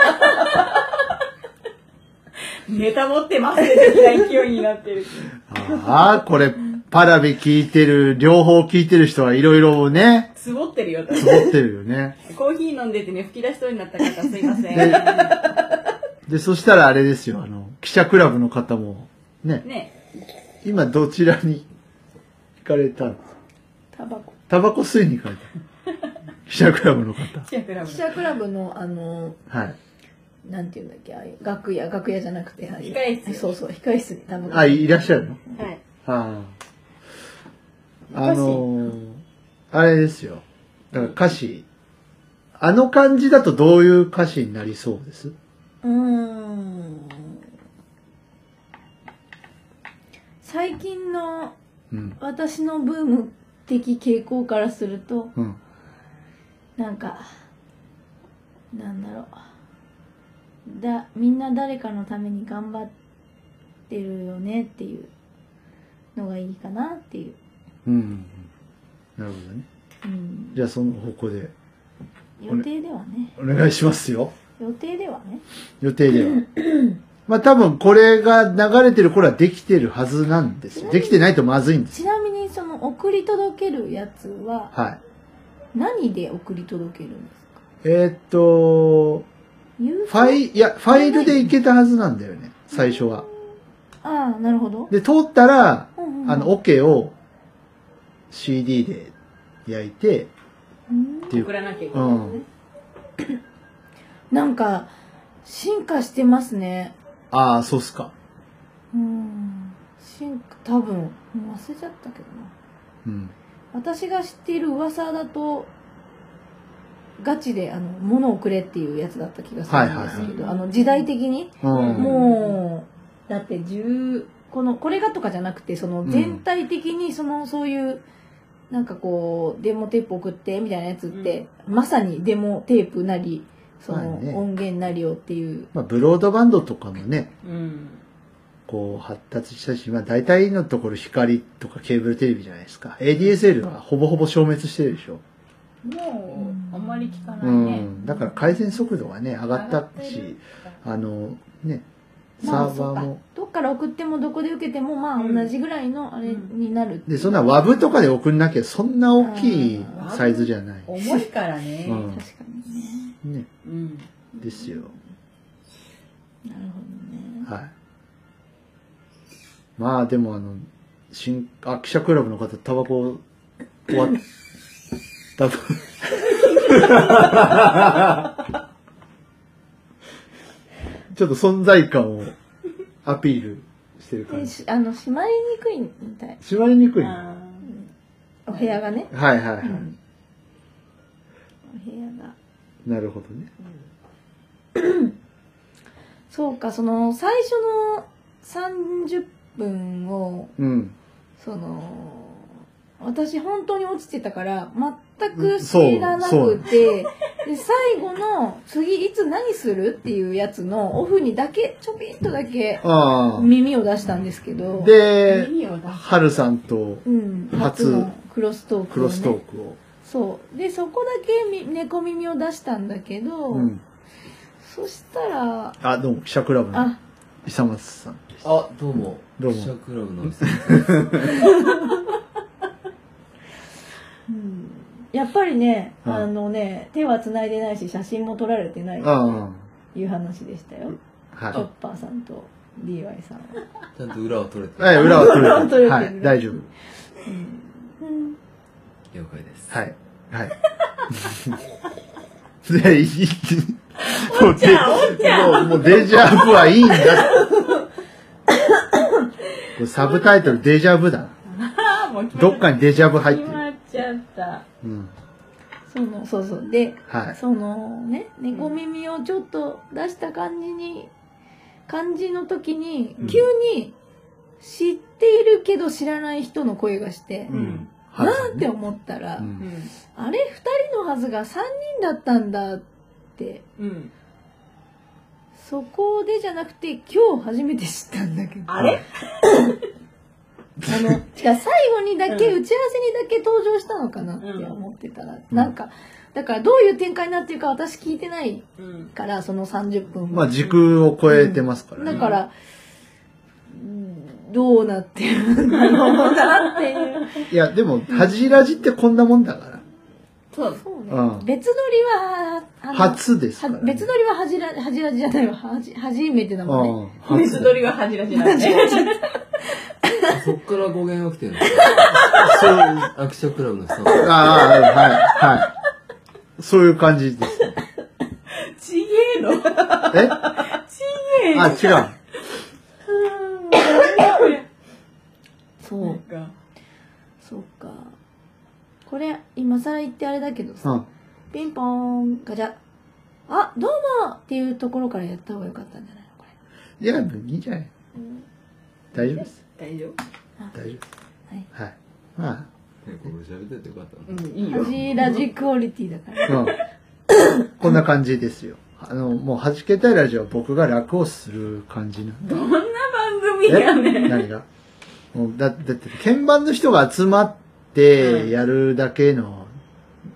G: ネタ持ってますね、的な勢いになってる。
A: ああ、これ、パラビ聞いてる、両方聞いてる人はいろいろね、
G: つぼってるよ、
A: つぼってるよね。
G: コーヒー飲んでてね、吹き出しそうになった方、すいません。
A: で、でそしたらあれですよ、あの、記者クラブの方も、ね、
G: ね、
A: 今どちらに行かれたんですか
F: タバコ。
A: タバコ吸いに行かれた。記者クラブの方。
G: 記者クラブ
F: 記。者クラブの、あのー、
A: はい。
F: なんていうんだっけ、ああいう楽屋、楽屋じゃなくて、ああいう
G: 控室
F: そうそう、控室にタバコ。
A: あ、いらっしゃるの
G: はい。
A: ああ。あのー、あれですよ。だから歌詞、あの感じだとどういう歌詞になりそうです
F: うーん。最近の
A: うん。
F: 私のブーム的傾向からすると、
A: うん。
F: なんか、なんだろう。だ、みんな誰かのために頑張ってるよねっていうのがいいかなっていう。
A: うん。なるほどね。
F: うん。
A: じゃあその方向で
F: 予定ではね。
A: お願いしますよ。
F: 予定ではね。
A: 予定 では。まあ多分これが流れてる頃はできてるはずなんですよ。できてないとまずいんです。
F: ちなみにその送り届けるやつは
A: はい。
F: 何で送り届けるんですか
A: えーっと、
F: 郵
A: ファイ、いや、ファイルでいけたはずなんだよね。最初は。
F: ああ、なるほど。
A: で、通ったら、
F: うんうん
A: あの、オ、ケを CD で焼いて、
F: うん
A: っていう
G: 送。らなきゃいけ
A: う
G: ない。
A: ん。
F: なんか、進化してますね。
A: ああ、そうっすか。
F: うん。進化、多分、もう忘れちゃったけどな。
A: うん。
F: 私が知っている噂だと、ガチで、あの、物をくれっていうやつだった気がするんですけど、
G: はいはいはい
F: あの、時代的に、
A: うん。
F: もう、だって10、この、これがとかじゃなくて、その全体的に、その、そういう、なんかこう、デモテープ送って、みたいなやつって、まさにデモテープなり、その
A: まあ、ね
F: 音源なりをっていう、
A: まあ、ブロードバンドとかもね、
G: うん。
A: こう発達したし、まあ大体のところ光とかケーブルテレビじゃないですか。ADSL はほぼほぼ消滅してるでしょ。
G: もう、あんまり聞かな
A: う
G: いね。
A: ん。だから回線速度がね、上がったし、あの、ね、サー
F: そ
A: バ
F: う
A: ー
F: か
A: も。
F: どっから送ってもどこで受けても、まあ、
G: うん
F: 同じぐらいのあれになるっていう
A: で、そんな WAV とかで送んなきゃそんな大きいサイズじゃない。
G: 重いからね
A: う。
F: 確
A: ん。
F: かにね。
A: ね、
G: うん。
A: ですよ。
F: なるほどね。
A: はい。まあでもあの、新、あ、記者クラブの方、タバコ、終わったと。 ちょっと存在感をアピールしてる感
F: で
A: じ。
F: しあの閉まりにくいみたい
A: 縛りにくい。はい
G: あ
F: お部屋がね、
A: はいは
F: う
A: い。
F: んお部屋が
A: なるほどね。
F: そうかその最初の30分を
A: うん。
F: その私本当に落ちてたから全
A: う
F: く
A: んそう
F: 知らなくてで最後の次いつ何するっていうやつのオフにだけちょびっとだけ
A: あ
F: 耳を出したんですけ
A: あ。
F: ど、
G: ー
A: で、
G: 耳を出す。
A: はるさんと
F: うん、
A: 初
F: 初のクロストーク
A: ク
F: をね
A: ロストークを。
F: そうでそこだけみ猫耳を出したんだけど、
A: うん。
F: そしたら
A: あ、どうも、記者クラブの
F: あ
A: 久松さん。
H: あ、どうも。
A: どうも
H: 記者クラブの。
F: うんやっぱりね、
A: うん
F: あのね手は繋いでないし写真も撮られてない
A: あ
F: っていう話でしたよ
A: あ。は
F: チョッ
A: い。
F: パーさんと DY さんは。
H: ちゃんと裏を取れて
A: はい、裏を取
F: 裏を
A: る。
F: 取れてる
A: はい、大丈夫。
F: うん
H: 了解です。
A: はい。 はい。で、いい。もうでもう、もうデジャブはいいんだ。これサブタイトルデジャブだな。
G: あーもう決ま
A: どっかにデジャブ入って
G: 決
A: る。
G: まっちゃった。
A: うん。
F: そのそうそうで、
A: はい。
F: そのね猫耳をちょっと出した感じに感じの時に
A: うん
F: 急に知っているけど知らない人の声がして、
A: うんん。
F: な
A: は
F: ん
A: い。
F: て思ったら、
A: うん
G: うん。
F: あれ2人のはずが3人だったんだって
G: うん。
F: そこでじゃなくて今日初めて知ったんだけど
G: あれ
F: あの、しかも最後にだけ、
G: うん
F: 打ち合わせにだけ登場したのかなって思ってたら、
A: うん
F: なんか、だからどういう展開になってるか私聞いてない
G: うん。
F: から、その30分も
A: まあ、時空を超えてますからね。
F: だから、うんどうなってるのかなって いう。
A: いや、でも、恥じらじってこんなもんだから。
G: そう。
F: そうね
A: うん
F: 別撮りは、あの
A: 初ですか
F: は
A: ら、ね。
F: 別撮りは恥じら、恥じらじじゃないわ。恥初めてだもんね。
A: うん。
G: 別
A: 初
G: 撮りは恥じらしなんで。
H: そっから語源起きてるの。
A: そう、
H: アクションクラブの人。
A: ああ、はい、はい。そういう感じです。
G: ちげえの。
A: え
G: ちげえ
A: あ、
G: の。
A: 違う。
F: そ
G: そう
F: う、
G: か。
F: そうか。これ、今更言ってあれだけどさ、
A: うん。
F: ピンポーン、ガチャ。あ、どうもっていうところからやった方が良かったんじゃないのこ
A: いや、いいんじゃない大丈夫です。
G: 大丈夫。
A: 大丈夫です。
F: はい
A: はい。まあ、
H: ねこれ喋っててよかったな
G: うん、いい
F: れ。
G: よ
F: ラ。ジラジクオリティだから。
A: うん、こんな感じですよ。あの、もう、弾けたいラジオは僕が楽をする感じなんで。
G: どんな番組やねん。
A: え何がもうだだって、鍵盤の人が集まってやるだけの、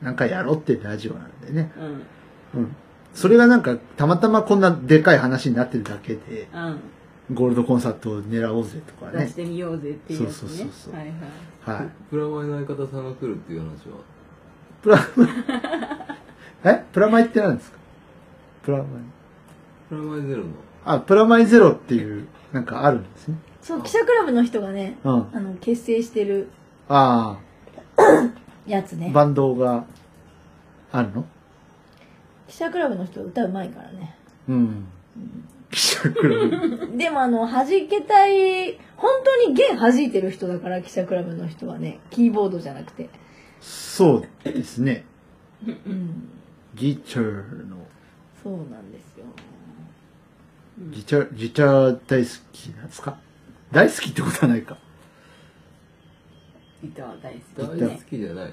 A: なんかやろうっていうラジオなんでね。
G: うん。
A: うん。それがなんか、たまたまこんなでかい話になってるだけで、
G: う
A: ゴールドコンサートを狙おうぜとか
G: ん。出
A: ね
G: し。てみようぜっていうやつ
A: そうそう
G: ね
A: そうそう。
G: はいはい。
A: はい。
H: プラマイの相方さんが来るっていう話は。
A: プラマイ。 えプラマイって何ですかプラマイ。
H: プラマイゼロの。
A: あ、プラマイゼロっていう、なんかあるんですね。
F: そう、記者クラブの人がね、
A: うん。あ
F: あの、結成してる
A: あ
F: やつ
A: ー、
F: ね。
A: バンドがあるの
F: 記者クラブの人歌うまいからね。
A: うん。記者クラブ。
F: でもあの、弾けたい、本当に弦弾いてる人だから、記者クラブの人はね、キーボードじゃなくて。
A: そうですね。
F: うん。
A: ギターの、
F: そうなんですよ。
A: ギター、ギター大好きなんですか大好きってことはないか。
G: ギター大好き。
H: 大好きじゃないね。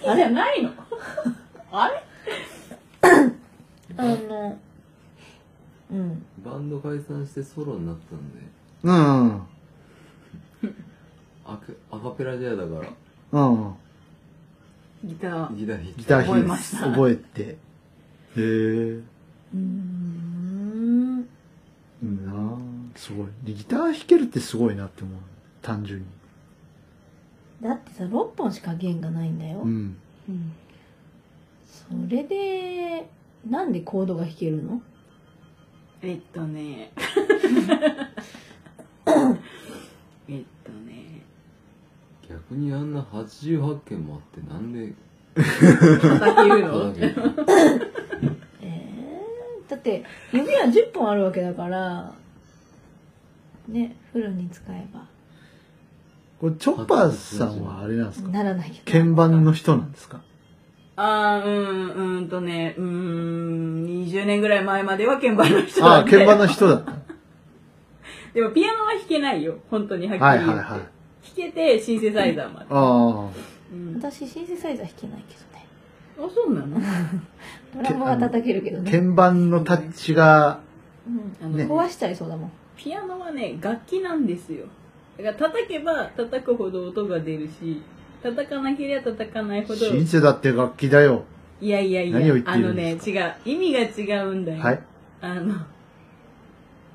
G: 好きじゃないの。あれ
F: あの、うん。
H: バンド解散してソロになったんで、
A: うん。
H: アクアカペラジアだから、
A: うん。
G: ギター。
H: ギター弾いて
A: ギター
G: 覚え
A: 弾
G: ま
A: い
G: してた
A: 覚えて。へえ。
F: うーん。
A: いいなぁすごい。でギター弾けるってすごいなって思う。単純に。
F: だってさ、6本しか弦がないんだよ。
A: うん。
G: うん。
F: それで、なんでコードが弾けるの
G: えっとね。えっとね。
H: 逆にあんな88件もあってなんで
G: 叩けるの
H: 叩けるの
F: えー、だっって指は10本あるわけだからねフルに使えば
A: これチョッパーさんはあれなんですか
F: ならないよ
A: 鍵盤の人なんですか
G: あー、うん、うーんとね、うーん、20年ぐらい前までは鍵盤の人だ
A: あ
G: っ
A: あ、
G: た
A: 鍵
G: よ
A: 盤の人だった。
G: でもピアノは弾けないよ、本当にはっきり
A: はい
G: 言っ
A: はい
G: て。
A: はい。あ
G: 弾けてシンセサイザーまで。
A: あ。
G: うん
F: 私シンセサイザー弾けないけどね
G: あ、そうなの
F: ドラムは叩けるけどね、
A: 鍵盤のタッチが、
F: うん
G: あの、
A: ね
F: 壊しちゃいそうだもん
G: ピアノはね、楽器なんですよ。だから叩けば叩くほど音が出るし、叩かなければ叩かないほど、
A: シンセだって楽器だよ。
G: いやいやいや
A: 何を言っ、て
G: あ
A: い
G: の
A: るん
G: ね、
A: で
G: 違う。意味が違うんだよ。
A: はい。
G: あの、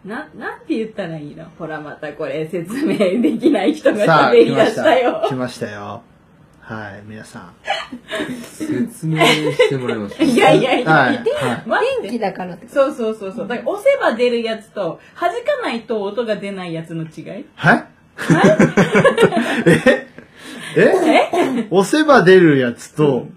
G: な、なんて言ったらいいのほら、またこれ説明できない人
A: さ
G: が
A: あ、
G: 出
A: 来
G: てき
A: ま
G: だし
A: したた。
G: よ
A: 来。ましたよ。はい、皆さ
H: 説明してもらいました。
G: いや い
A: ん。は
G: や
A: い、
G: いや、
A: はい。
G: 待っ
F: 電
G: て
F: 気。だからって
G: そうそうそうそう。だから押せば出るやつと、弾かないと音が出ないやつの違い
A: はいええ押せば出るやつと、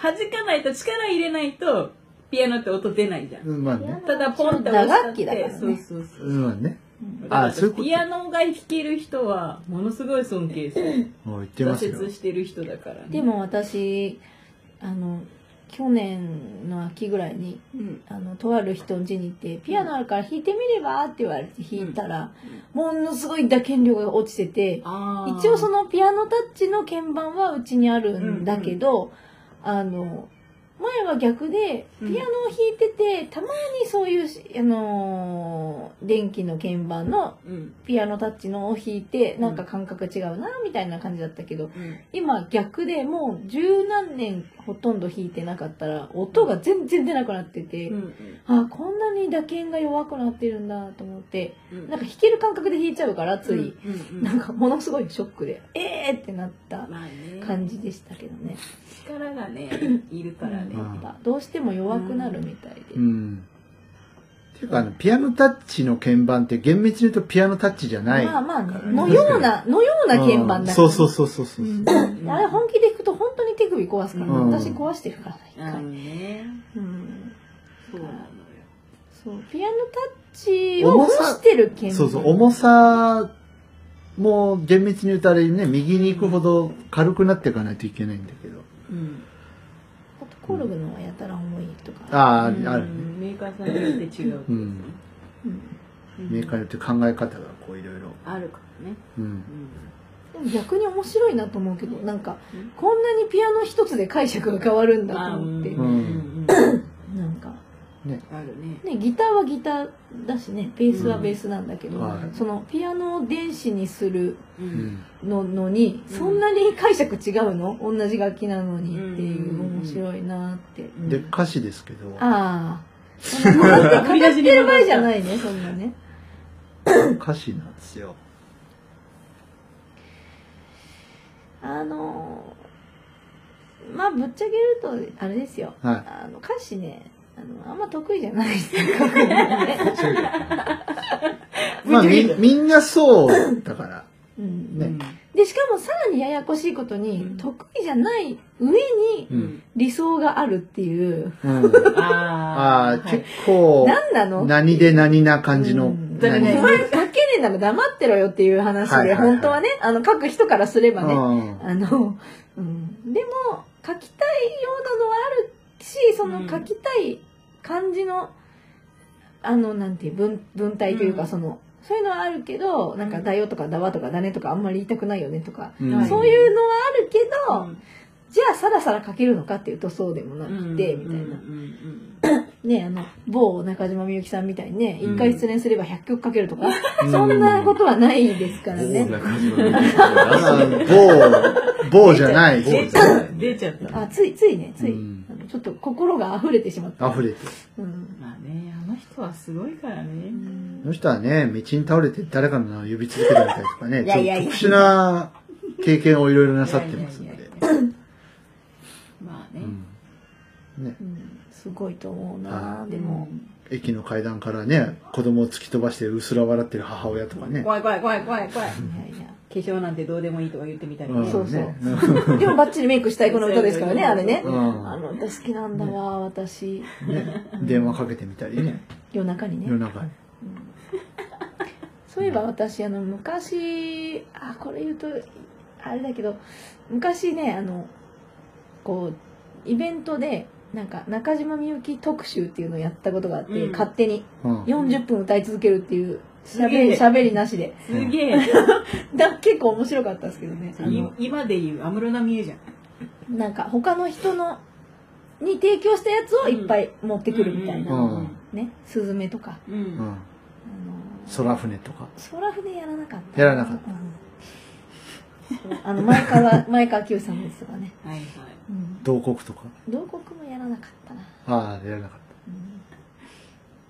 G: 弾かないと力入れないと、ピアノって音出ないじゃん。
A: うんまあね。
G: ただポンって押したっ
F: 打楽器だから
G: て、
F: ね
G: そうそうそう
A: う。んまあね。
G: だか
A: あ
G: ら
A: そういうこと
G: ピアノが弾ける人は、ものすごい尊敬する。
A: もう言ってます
G: 挫
A: よ。
G: 折してる人だからね。
F: でも私あの去年の秋ぐらいに
G: うん、
F: あのとある人の家に行って「ピアノあるから弾いてみれば?」って言われて弾いたら、ものすごい打鍵量が落ちてて
G: あー
F: 一応そのピアノタッチの鍵盤はうちにあるんだけど、あの前は逆で
G: うん
F: ピアノを弾いてて、たまにそういう、あのー電気の鍵盤の
G: うん
F: ピアノタッチのを弾いてなんか感覚違うなみたいな感じだったけど
G: うん
F: 今逆でもう十何年ほとんど弾いてなかったら音が全然出なくなってて、
G: うん
F: あこんなに打鍵が弱くなってるんだと思って
G: うん
F: なんか弾ける感覚で弾いちゃうからつい、
G: うんうん
F: なんかものすごいショックでえーってなった
G: まあね
F: 感じでしたけどね
G: 力がねいるからね、
A: うん
F: やっぱどうしても弱くなるみたいで、
A: うん。っていうか、あの、ピアノタッチの鍵盤って厳密に言うとピアノタッチじゃない。
F: まあまあねのようなのような鍵盤だ
A: そうそうそうそうそう。
F: うん
G: ん
F: あれ本気で弾くと本当に手首壊すから、
A: うん
F: 私壊してるからね一
G: あ
F: 回
G: のね
F: うん
G: そうなのよ
F: そうピアノタッチを模してる鍵盤
A: そうそう、重さも厳密に言うとあれね、右に行くほど軽くなっていかないといけないんだけど。
G: うん
F: あとコルグのはやたら重いとか
A: ああ、あ
G: う
A: る
G: ん
A: ね。
G: メーカーさんによって違う
A: う
G: うん
F: うん
A: メーカーによって考え方がこういろいろ。
G: あるからね、
A: うん。
F: でも逆に面白いなと思うけどなんか
G: うん
F: こんなにピアノ一つで解釈が変わるんだと思って、
G: うんん、
F: なんか、
G: あるね
F: ね、ギターはギターだしねベースはベースなんだけど、
A: うんはい
F: そのピアノを電子にする
G: う
A: うんん。
F: ののに
G: うん
F: そんなに解釈違うの同じ楽器なのにってい
G: うん
F: う面白いなって。
A: で、歌詞ですけど、
F: ああ。そんな語って語ってる場合じゃない ね、そんなね。
A: 歌詞なんですよ。
F: あのーまあぶっちゃけるとあれですよ。
A: は
F: あの歌詞ね、あのあんま得意じゃないです。
A: い。まあ、み、みんなそうだから。
F: うん
A: ね。
F: でしかもさらにややこしいことに、
G: うん
F: 得意じゃない上に
A: うん。
F: 理想があるっていう、
A: うん。ああ、
G: ああ
A: 結構、
F: 何なの？
A: 何で何な感じの。
F: うん
G: だからね
A: 何
F: お前書けねえんだら黙ってろよっていう話で、
A: はいはいはい
F: 本当はね、あの書く人からすればね、
A: うん
F: あの、うん、でも書きたいようなのはあるしその書きたい感じの、あのなんていう文文体というか、
G: うん
F: そのそういうのはあるけどなんか「だよ」とか「だわ」とか「だね」とかあんまり言いたくないよねとか、
A: うん
F: そういうのはあるけど、
G: ん
F: じゃあさらさら書けるのかっていうとそうでもなくて、みたいな。ねあの某中島みゆきさんみたいにね一回失恋すれば100曲書けるとか、そんなことはないですからね。
H: 大中島みゆきさんが出し
A: あ
H: て
A: の
H: る
A: 某、某じゃない。
H: 出
A: 某
H: ち
A: じゃ
H: ゃ
A: な
H: う
A: い。
G: 出ちゃった
F: あついついねつい、
A: うん
F: あのちょっと心が溢れてし まった
A: 溢れてる。
F: うん
G: まあねあの人はすごいからね、
A: その人はね、道に倒れて誰かの指続けてみたりとかね、
G: い
A: ちょ
G: や
A: っ
G: いやいや
A: と特殊な経験をいろいろなさってますの
G: いやい
A: で。
G: やいやいやまあ
A: う
G: ね、
A: んね
F: うんすごごいと思うな
A: は
F: でも、
A: 駅の階段からね、子供を突き飛ばしてうすら笑ってる母親とかね。
G: 怖い怖い怖い怖い怖い。
F: いやいや
G: 化粧なんてどうでもいいとか言ってみたり
A: ん
G: ね。
F: そうそう
A: ね
F: でもバッチリメイクしたいこの歌ですからね、あれね。
A: うん
F: あの歌好きなんだわ、私。
A: ね電話かけてみたりね、
F: 夜中に
A: 夜
F: ね。
A: 中に。
F: そういえば私、あの、昔、あ、これ言うと、あれだけど、昔ね、あの、こう、イベントで、なんか、中島みゆき特集っていうのをやったことがあって、
G: うん
F: 勝手に
A: うん。
F: 40分歌い続けるっていう、しゃ
G: すげ
F: べ
G: え
F: り、しゃべりなしで。
G: すげえ。
F: だ結構面白かったですけどね。あの
G: い今で言う安室奈美恵じゃん。
F: なんか他の人のに提供したやつをいっぱい持ってくるみたいな、
A: うん
F: ねスズメとか、
G: うんうん
A: う
G: うん
A: ん。
F: あの
A: 空船とか。
F: 空船やらなかった
A: やらなかった
F: うんそうあの前 川前川清さんですとかね、
G: はいはい。
F: うん、
A: 同国とか。
F: 同国もやらなかったな、
A: ああ、やらなかった。
F: う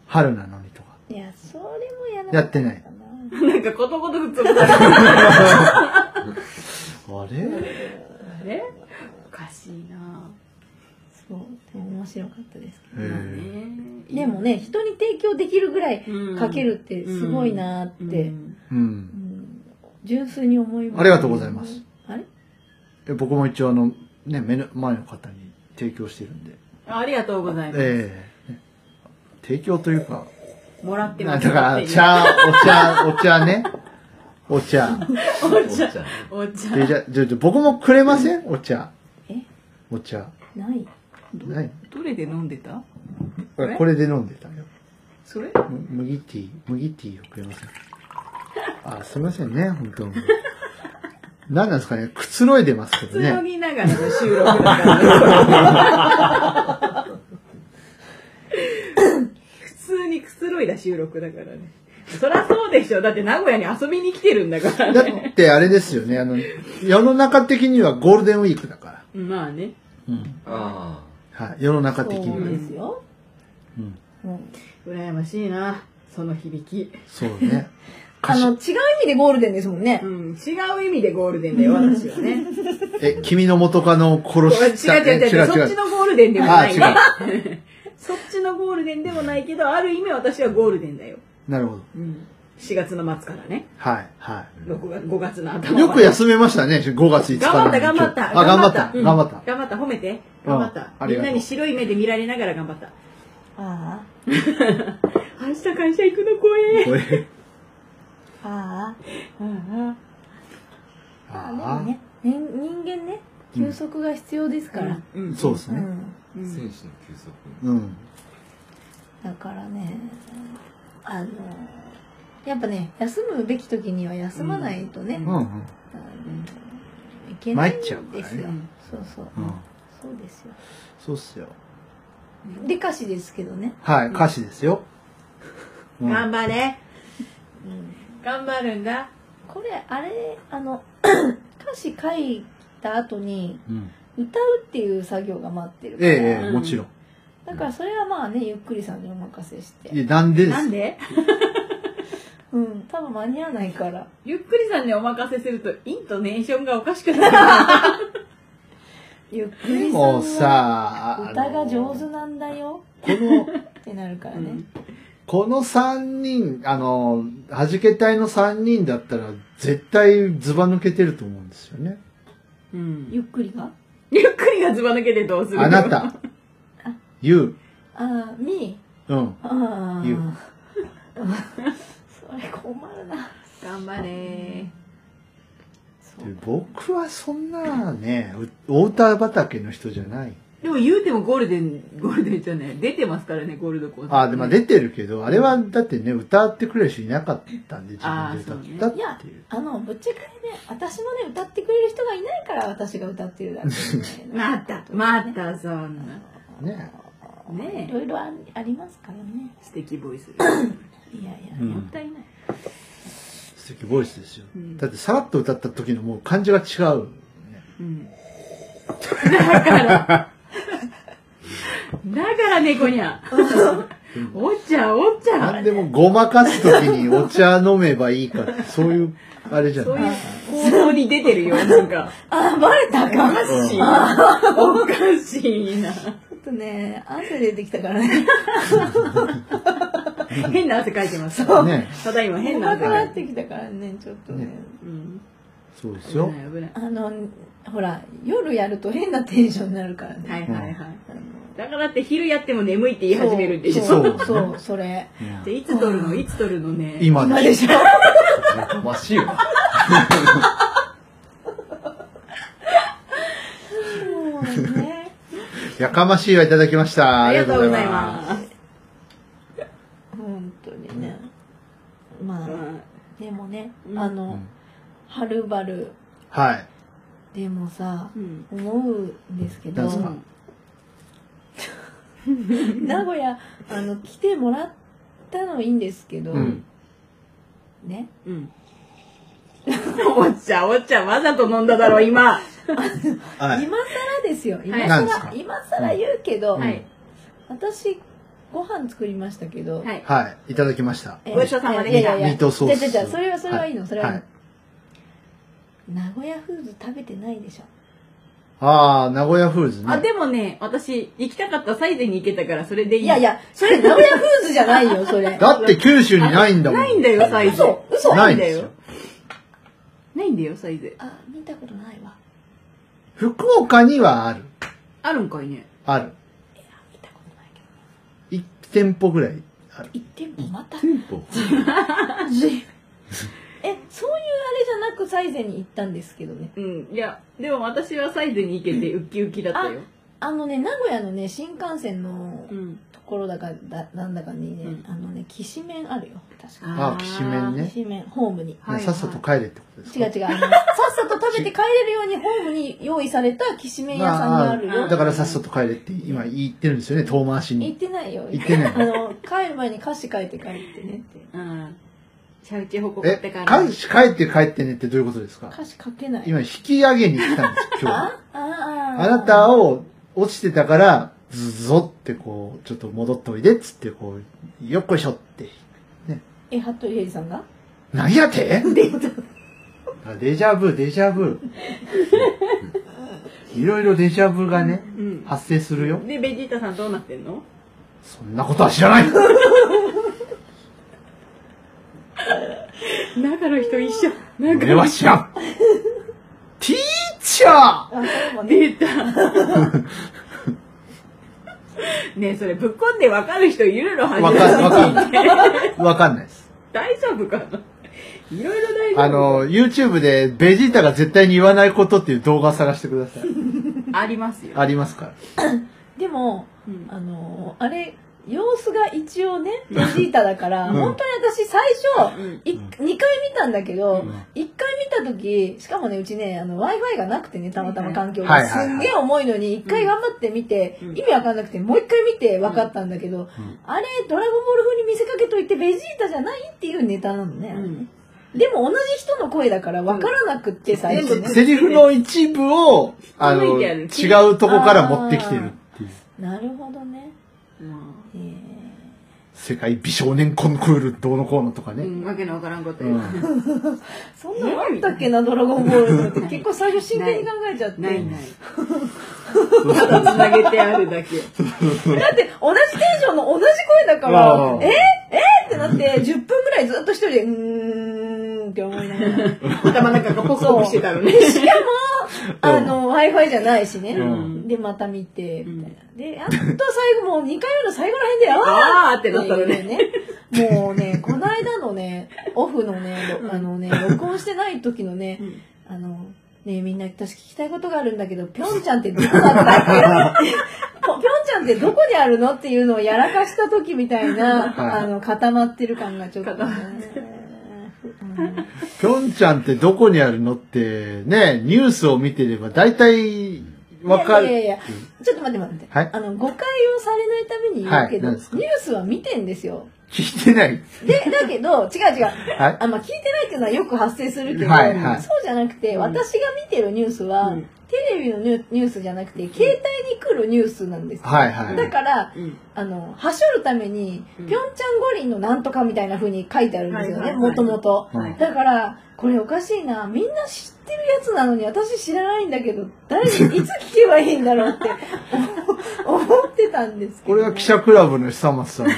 A: 春なのにとか。
F: ん、いやそれもや
A: や
F: らなか
A: っ
F: ってた
A: ない
G: なんかことごとくつぶされる。
A: あれ
G: あれおかしいな
F: そうでも面白かったですけ
G: ぁ。
A: へえ
G: まあね
F: どでもね、人に提供できるぐらい
G: うん
F: 書けるってすごいなーって、
G: うん
A: うん
F: う。ん純粋に思います
A: ありがとうございます
F: あれ
A: で僕も一応あの、ね、目の前の方に提供してるんで。
G: ありがとうございます。
A: ええね提供というか、
G: もらって
A: な
G: ま
A: ん
G: す
A: だ
G: よっ
A: か
G: ていう。
A: 茶、お茶、お茶ね。お茶。
G: お
H: お
G: 茶。
H: 茶
G: お茶。
A: でじゃ、じゃ、じゃ僕もくれませんお茶。
F: え
A: お茶。
F: ない
A: ない
G: どれで飲んでた
A: あこれで飲んでたよ。
G: それ
A: む麦ティー、麦ティーをくれません。あ、すみませんね、本当に。何なんですかね、くつろいでますけ
G: つ
A: ど
G: よ
A: ね。
G: ぎながらの収録だからね。 普通にくつろいだ収録だからね。そりゃそうでしょ。だって名古屋に遊びに来てるんだから
A: だ
G: ね。
A: ってあれですよね、あの、世の中的にはゴールデンウィークだから。
G: まあね。
A: うん。
H: あ
A: はい、世の中
F: そう
A: 的には。
F: ですよ、
A: うん。
F: うん
G: 羨ましいな。その響き。
A: そうね。
F: あの違う意味でゴールデンですもんね
G: う、ん。違う意味でゴールデンだよ、私はね。
A: え、君の元カノを
G: 違う
A: 殺した。
G: 違う違う
A: え
G: 違う。そっちのゴールデンでもない、ね
A: あ。
G: そっちのゴールデンでもないけど、ある意味私はゴールデンだよ。
A: なるほど。
G: うん。4月の末からね。
A: はい、は
G: 6月、5月の頭
A: い。
G: まで
A: よく休めましたね、5月5日
G: 頑張
A: なの
G: った
A: にあ、
G: 頑張った
A: 頑張った、
G: うん
A: 頑張 った。
G: 頑張った褒めて頑張った、
A: あり
G: み
A: が
G: ん
A: とう
G: なに白い目で見られながら頑張った
F: あ
G: 明日会社行くの怖え
A: これ
F: ああ
G: あ
F: あああでもね人人間ね休息が必要です
G: あ
F: から、
G: うん
A: そうです
F: うん
A: ね。
G: う
H: あ、
G: ん
H: 戦士の休息。
A: うん。
F: だからねあのやっぱね休むべき時には休まないとね、
G: う
A: うんん、うん。
F: あのいけないんです
A: 参っち
F: よ、
A: ゃうから
G: ね
F: そうそう、
A: うん
F: そうですよ
A: そうっすよ。
F: で歌詞ですけどね、
A: はい、歌詞ですよ。うん
G: 頑張れ
F: うん、
G: 頑張るんだ
F: これあれあの 歌詞書いた後に
A: うん
F: 歌うっていう作業が待ってるから、
A: ええええ、
G: うん
A: もちろん。
F: だからそれはまあねゆっくりさんにお任せして
A: いや、なんでで
G: なん
A: す
G: で
F: うん多分間に合わないから
G: ゆっくりさんにお任せするとイントネーションがおかしく なる
F: ゆっくりさん
A: もう
F: は
A: さ、あ
F: 歌が上手
A: の
F: なんだよ
A: この、
F: ってなるからね、
G: うん
A: この三人、あの、はじけ隊の三人だったら、絶対ズバ抜けてると思うんですよね。
G: うん
F: ゆっくりが
G: ゆっくりがずば抜けてどうする
A: あなた、you,
F: ああみ
A: うん。
F: ああ
A: ゆ
F: それ困るな
G: 頑張れ
F: そう
A: 僕はそんなね、うお歌畑の人じゃない。
G: でも言うてもゴールデンゴールデンじゃない出てますからねゴールドコース
A: あ、でも出てるけど、あれはだってね、歌ってくれる人いなかったんで、自分で歌った
F: いや
A: っていう。
F: あのぶっちゃけね私もね歌ってくれる人がいないから私が歌ってるだけで
G: またまたそんな
A: ね。
G: ね
F: い
G: え
F: ろいろあありますからね
G: 素敵ボイス
F: いやいや、
A: うん
G: もったいない
A: 素敵ボイスですよ、
G: うん
A: だってさらっと歌った時のもう感じが違う、ね、
G: うんだから、 だから猫にゃ。お茶、お茶。
A: 何でもごまかす時にお茶飲めばいいかってそういうあれじゃ
G: そう
A: ない
G: いう行動に出てるよ、なんか。
F: あバレたか
G: おかしい。おかしいな。
F: とね、汗出てきたか らね。
G: 変な汗かいてます。
F: そう
A: ね
G: ただ今変な汗か
F: 怖くないってきたからね、ちょっと
A: ね
F: ね
G: うん。
A: そうです
G: 危
A: よ。
G: ない危ない。
F: あの、ほら、夜やると変なテンションになるからね。
G: はいはいはい。
F: あの
G: だからって昼やっても眠いって言い始めるんでしょ。
F: そ
A: そうう、
F: そう、それ。
A: うん
G: でいつ撮るのいつ撮るのね。
A: 今
F: 今
A: で
F: で
A: し
F: しょ。
H: やかましいわ。
F: そうね。
A: ょやかましいはいただきました。
G: あ
A: あ
G: り
A: りが
G: がと
A: と
G: う
A: う
G: ご
A: ご
G: ざ
A: ざ
G: い
A: い
G: ま。
A: ます
F: 本当にね。まあ、
G: うん
F: でもね、
G: うん
F: あ
A: う
F: の
A: ん、
F: はるばる、
A: す。はい。
F: でもさ、
G: うん。
F: 思うんですけど、
A: なんすか
F: 名古屋、あの、来てもらったのいいんですけど、
A: うん。
F: ね。
G: うん。おっちゃんおっちゃんわざと飲んだだろ今。
A: はい。
F: 今更ですよ。今
A: 何
F: 更、
A: ですか
F: 今更言うけど、
G: はい
F: 私、ご飯作りましたけど、
G: はい。
A: はい。いただきました。
F: え
G: ごちそうさまでした
F: いやいやいや
A: ミートソース
F: じゃじゃじゃそれはそれはいいの、それはいいの、
A: はい
F: 名古屋フーズ食べてないでしょ。
A: ああ、名古屋フーズ
G: あ
A: ね。
G: でもね私行きたかったサイゼに行けたからそれでいい。
F: いやいや、それ名古屋フーズじゃないよ、それ。
A: だって九州にないんだもん。
G: ないんだよサイゼ。
F: 嘘嘘
A: な
G: ないい
A: ん
G: ん
A: で
G: だ
A: すよ
G: よ。ないんだよサイゼ。
F: あ、見たことないわ。
A: 福岡にはある。
G: あるんかいね。
A: ある。
F: 見たことないけ
A: 1
F: ど。
A: 店舗ぐらいある。
F: 一店舗また。
H: 店舗。
F: え、そういうあれじゃなくサイゼに行ったんですけどね。
G: うん。いやでも私はサイゼに行けてウッキウキだったよ。
F: あのね、名古屋のね、新幹線の
G: うん。
F: ところだか、だなんだかにね、
G: うん
F: あのね、きしめんあるよ。確か
A: ああ、きしめん
F: に。
A: ね
F: き。しめん、ホームに。
G: はい
A: さっさと帰れってことです
F: 違う
A: か
F: 違う。あのさっさと食べて帰れるようにホームに用意されたきしめん屋さんがある
G: あ
F: よ
G: あ。
A: だからさっさと帰れって今言ってるんですよね、遠回し
F: 行っ
A: に。
F: てないよ。
A: 行ってない
F: あの、帰る前に歌詞書いて帰ってねって。
G: うん。シャウチ報告っ
A: え
G: てから。、
A: 帰し帰って帰ってねってどういうことですか
F: 歌詞書けない。
A: 今引き上げに来たんです、今日
F: あ。ああ
A: あなたを落ちてたから、ズゾってこう、ちょっと戻っておいでっつってこう、よっこいしょって。
F: え、服部平次さんが
A: 何やてあデジャブ、デジャブ。いろいろデジャブがね、
G: うん。
A: 発生するよ。
G: でベジータさんどうなってんの？
A: そんなことは知らない
G: 中の人一緒。中
A: 俺は知らんティーチャー
F: あ、そうもね。
G: 出た。 ねえそれぶっこんでわかる人いるの
A: わかん、わかんない。わかんないです。
G: 大丈夫かないろいろ大丈夫
A: あの、YouTube でベジータが絶対に言わないことっていう動画を探してください。
G: ありますよ、
A: ありますから。
F: でも、
G: うん
F: あの、あれ、様子が一応ね、ベジータだから、
A: うん
F: 本当に私最初、い2回見たんだけど、
A: ん
F: 1回見た時しかもねうちね w i f i がなくてねたまたま環境
A: はい
F: が
A: はいは
F: す
A: い
F: んげえ重いのに1回頑張って見て、
G: うん
F: 意味わかんなくてもう1回見て分かったんだけど、
A: ん
F: あれ「ドラゴンボール」風に見せかけといてベジータじゃないっていうネタなのね、
G: うん
F: でも同じ人の声だから分からなくって最初ね、
A: セリフの一部を、あの、
G: 抜いてあ
A: 違
G: る
A: うとこから持ってきてるっていう。
F: なるほどね、
G: ま
F: えー
A: 世界美少年コンクールどうのこうのとか
G: あう
A: ね。
G: ん、わけのわからんこと
A: う
G: 言う、
A: ん。
F: そんなのあったっけな「ドラゴンボール」って結構最初真剣に考えちゃって
G: ないないただつなげてあるだけ
F: だって同じテンションの同じ声だから
A: ああ、
F: ええってなって、10分ぐらいずっと一人で、うーんって思いながら。し
G: 頭の中がポクポクしてたのね
F: かも、あの、Wi-Fi じゃないしね。
A: うん
F: で、また見て、みたいな。で、やっと最後、もう2回目の最後らへんで、ああ
G: あーってなったの
F: っていう
G: ね
F: ね。もうね、この間のね、オフのね、ろあのね、録音してない時のね、
G: うん
F: あの、ねえみんな私聞きたいことがあるんだけど、ぴょんちゃんってどこだったっけ ぴょんちゃんってどこにあるのっていうのをやらかした時みたい
A: はい
F: な、あの、固まってる感がちょっとね、
G: 固ま
F: うん
A: ぴょんちゃんってどこにあるのって、ね、ニュースを見てれば大体わか
F: いや
A: る。
F: いやいやちょっと待って待って。
A: はい
F: あの、誤解をされないために言うけど、
A: はい何で
F: ニュ
A: すか
F: ースは見てんですよ。
A: 聞いてない。
F: で、だけど、違う違う。
A: はい。
F: あまあ、聞いてないっていうのはよく発生するけど、
A: はいはい
F: そうじゃなくて、私が見てるニュースは、
G: うん
F: テレビのニュニュースじゃなくて携帯に来るニュースなんですよ、
A: はいはい
F: だから
G: うん
F: あのはしょるために
G: うん
F: 「ぴょんちゃん五輪のなんとか」みたいな風に書いてあるんですよ
G: はい
F: ね
G: はいはい
F: もともと
A: うん
F: だからこれおかしいなみんな知ってるやつなのに私知らないんだけど誰にいつ聞けばいいんだろうって思ってしてたんですけ
A: こ
F: ど、
A: れは記者クラブの久松さんが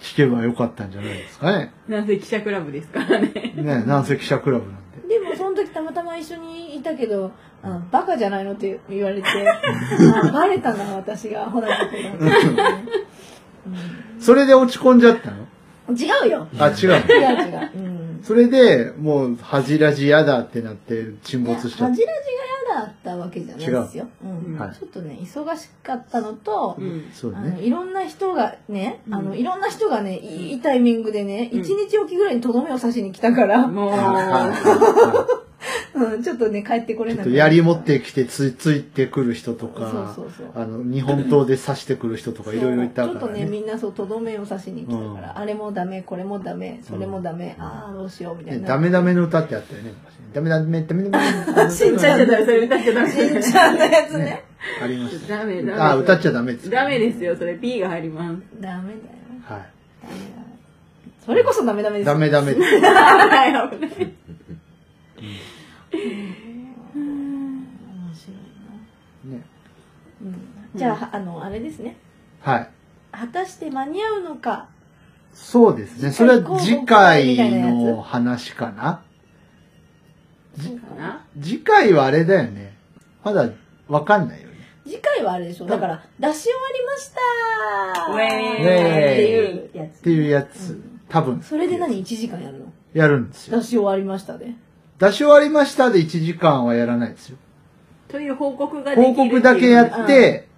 A: 聞けばよかったんじゃないですかね。
G: なんせ記者クラブですからね。
A: ね、なんせ記者クラブなんで。
F: でもその時たまたま一緒にいたけど、あバカじゃないのって言われて、 あバレたな、私がアホなことだって
A: それで落ち込んじゃったの
F: 違うよ
A: あ、違う。
F: 違う違う。うん。
A: それで、もう、恥じらじ嫌だってなって沈
F: いや、
A: 没
F: 恥
A: し
F: じ
A: ちゃ
F: ら
A: っ
F: じが嫌だったわけじゃないですよ。うん
A: はい
F: ちょっとね、忙しかったのと、
G: うん
A: た。。そうだ
F: あの
A: ね。
F: いろんな人がね、あ
G: う
F: の
G: ん
F: いろんな人がね、いいタイミングでね、
G: うん
F: 一日おきぐらいにとどめを刺しに来たから、うん
G: もう、
F: ちょっとね帰ってこれ
A: ちょ
F: な
A: っ
F: い。
A: と槍持ってきてつ、ついてくる人とか、
F: そうそうそう
A: あの、日本刀で刺してくる人とかいろいろいた
F: そうち
A: か
F: ょっと
A: ら
F: ね
A: ね。
F: みんなそうとどめを刺しに来たから、
A: うん
F: あれもダメこれもダメそれもダメ、ああどうしようみた
A: ね
F: いな。
A: ダメダメの歌ってあったよね。ダメダメ、ダメダ メ。
G: 死んじゃダメ、それ歌っちゃダメ。
F: しんちゃんのやつね。
A: ありました。
G: ダメ、ダメ。
A: あ、歌っちゃダメです。
G: ダメですよ、それ P が入ります。
F: ダメだよ。
A: は
F: ダメだよ。それこそダメダメ
A: い。
F: です
A: ダ
F: よ。
A: メダメ。
G: 危ない危ない
F: 面白い
A: ね
F: な。うん。じゃあ、はあのあれですね。
A: はい。
F: 果たして間に合うのか。
A: そうですね。それは次
F: 次回
A: 回
F: 公
A: の
F: 募
A: 話かな。
F: そうかな
A: 次回はあれだよね。まだわかんないよね。
F: 次回はあれでしょだから出し終わりました
G: ウ
F: ー
G: ェー
A: イ
F: っていうやつ
A: っていうやつ。多分。
F: それで何1時間やるの
A: やるんですよ
F: 出。し終わりましたで
A: 出し終わりましたで1時間はやらないですよ。
G: という報告ができ
A: 報
G: るっていう
A: 告だけやって、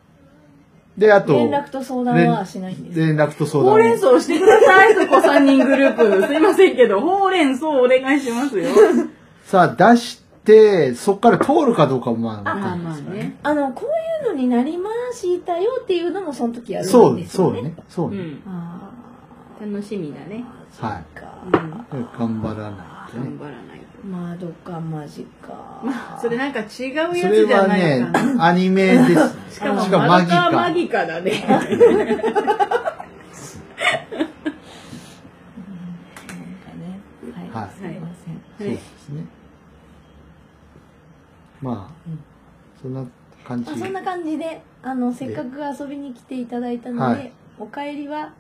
A: で、あと、
F: 連絡と相談はしないんです
A: 連絡と相
G: ほ
A: 談
G: うれん
A: を。
G: 草してください、そこ3人グループ。すいませんけど、ほうれん草お願いしますよ。
A: さあ、出して、そこから通るかどうかもまあわかん
G: まあ
A: ない
G: まあね。
F: あのこういうのになりましたよっていうのもその時やるんです
A: そ
F: よ
A: う、そう
F: ね
A: ね。そう
G: う
A: ね。
G: ん。
F: あ
G: 楽しみだね。
F: あ
A: はい
F: か
G: うん。頑
A: で頑張らないとね。
G: 張らない
F: まあどっかマジか
G: と。それなんか違うや
A: そ
G: つ
A: れ
G: じゃ
A: は
G: ない
A: ね
G: かな。、
A: アニメですね。
G: し
A: し
G: か
A: か
G: も、
A: も
G: マ
A: マ
G: ギ
A: ギ
G: カ。マ
A: カ。
G: ギカだね。
F: なんかねはい、
A: はい
F: すいません
A: そうですね。まあ、そんな感じ
F: まあ、。そんな感じであのせっかく遊びに来ていただいたので、
A: はい
F: お帰りは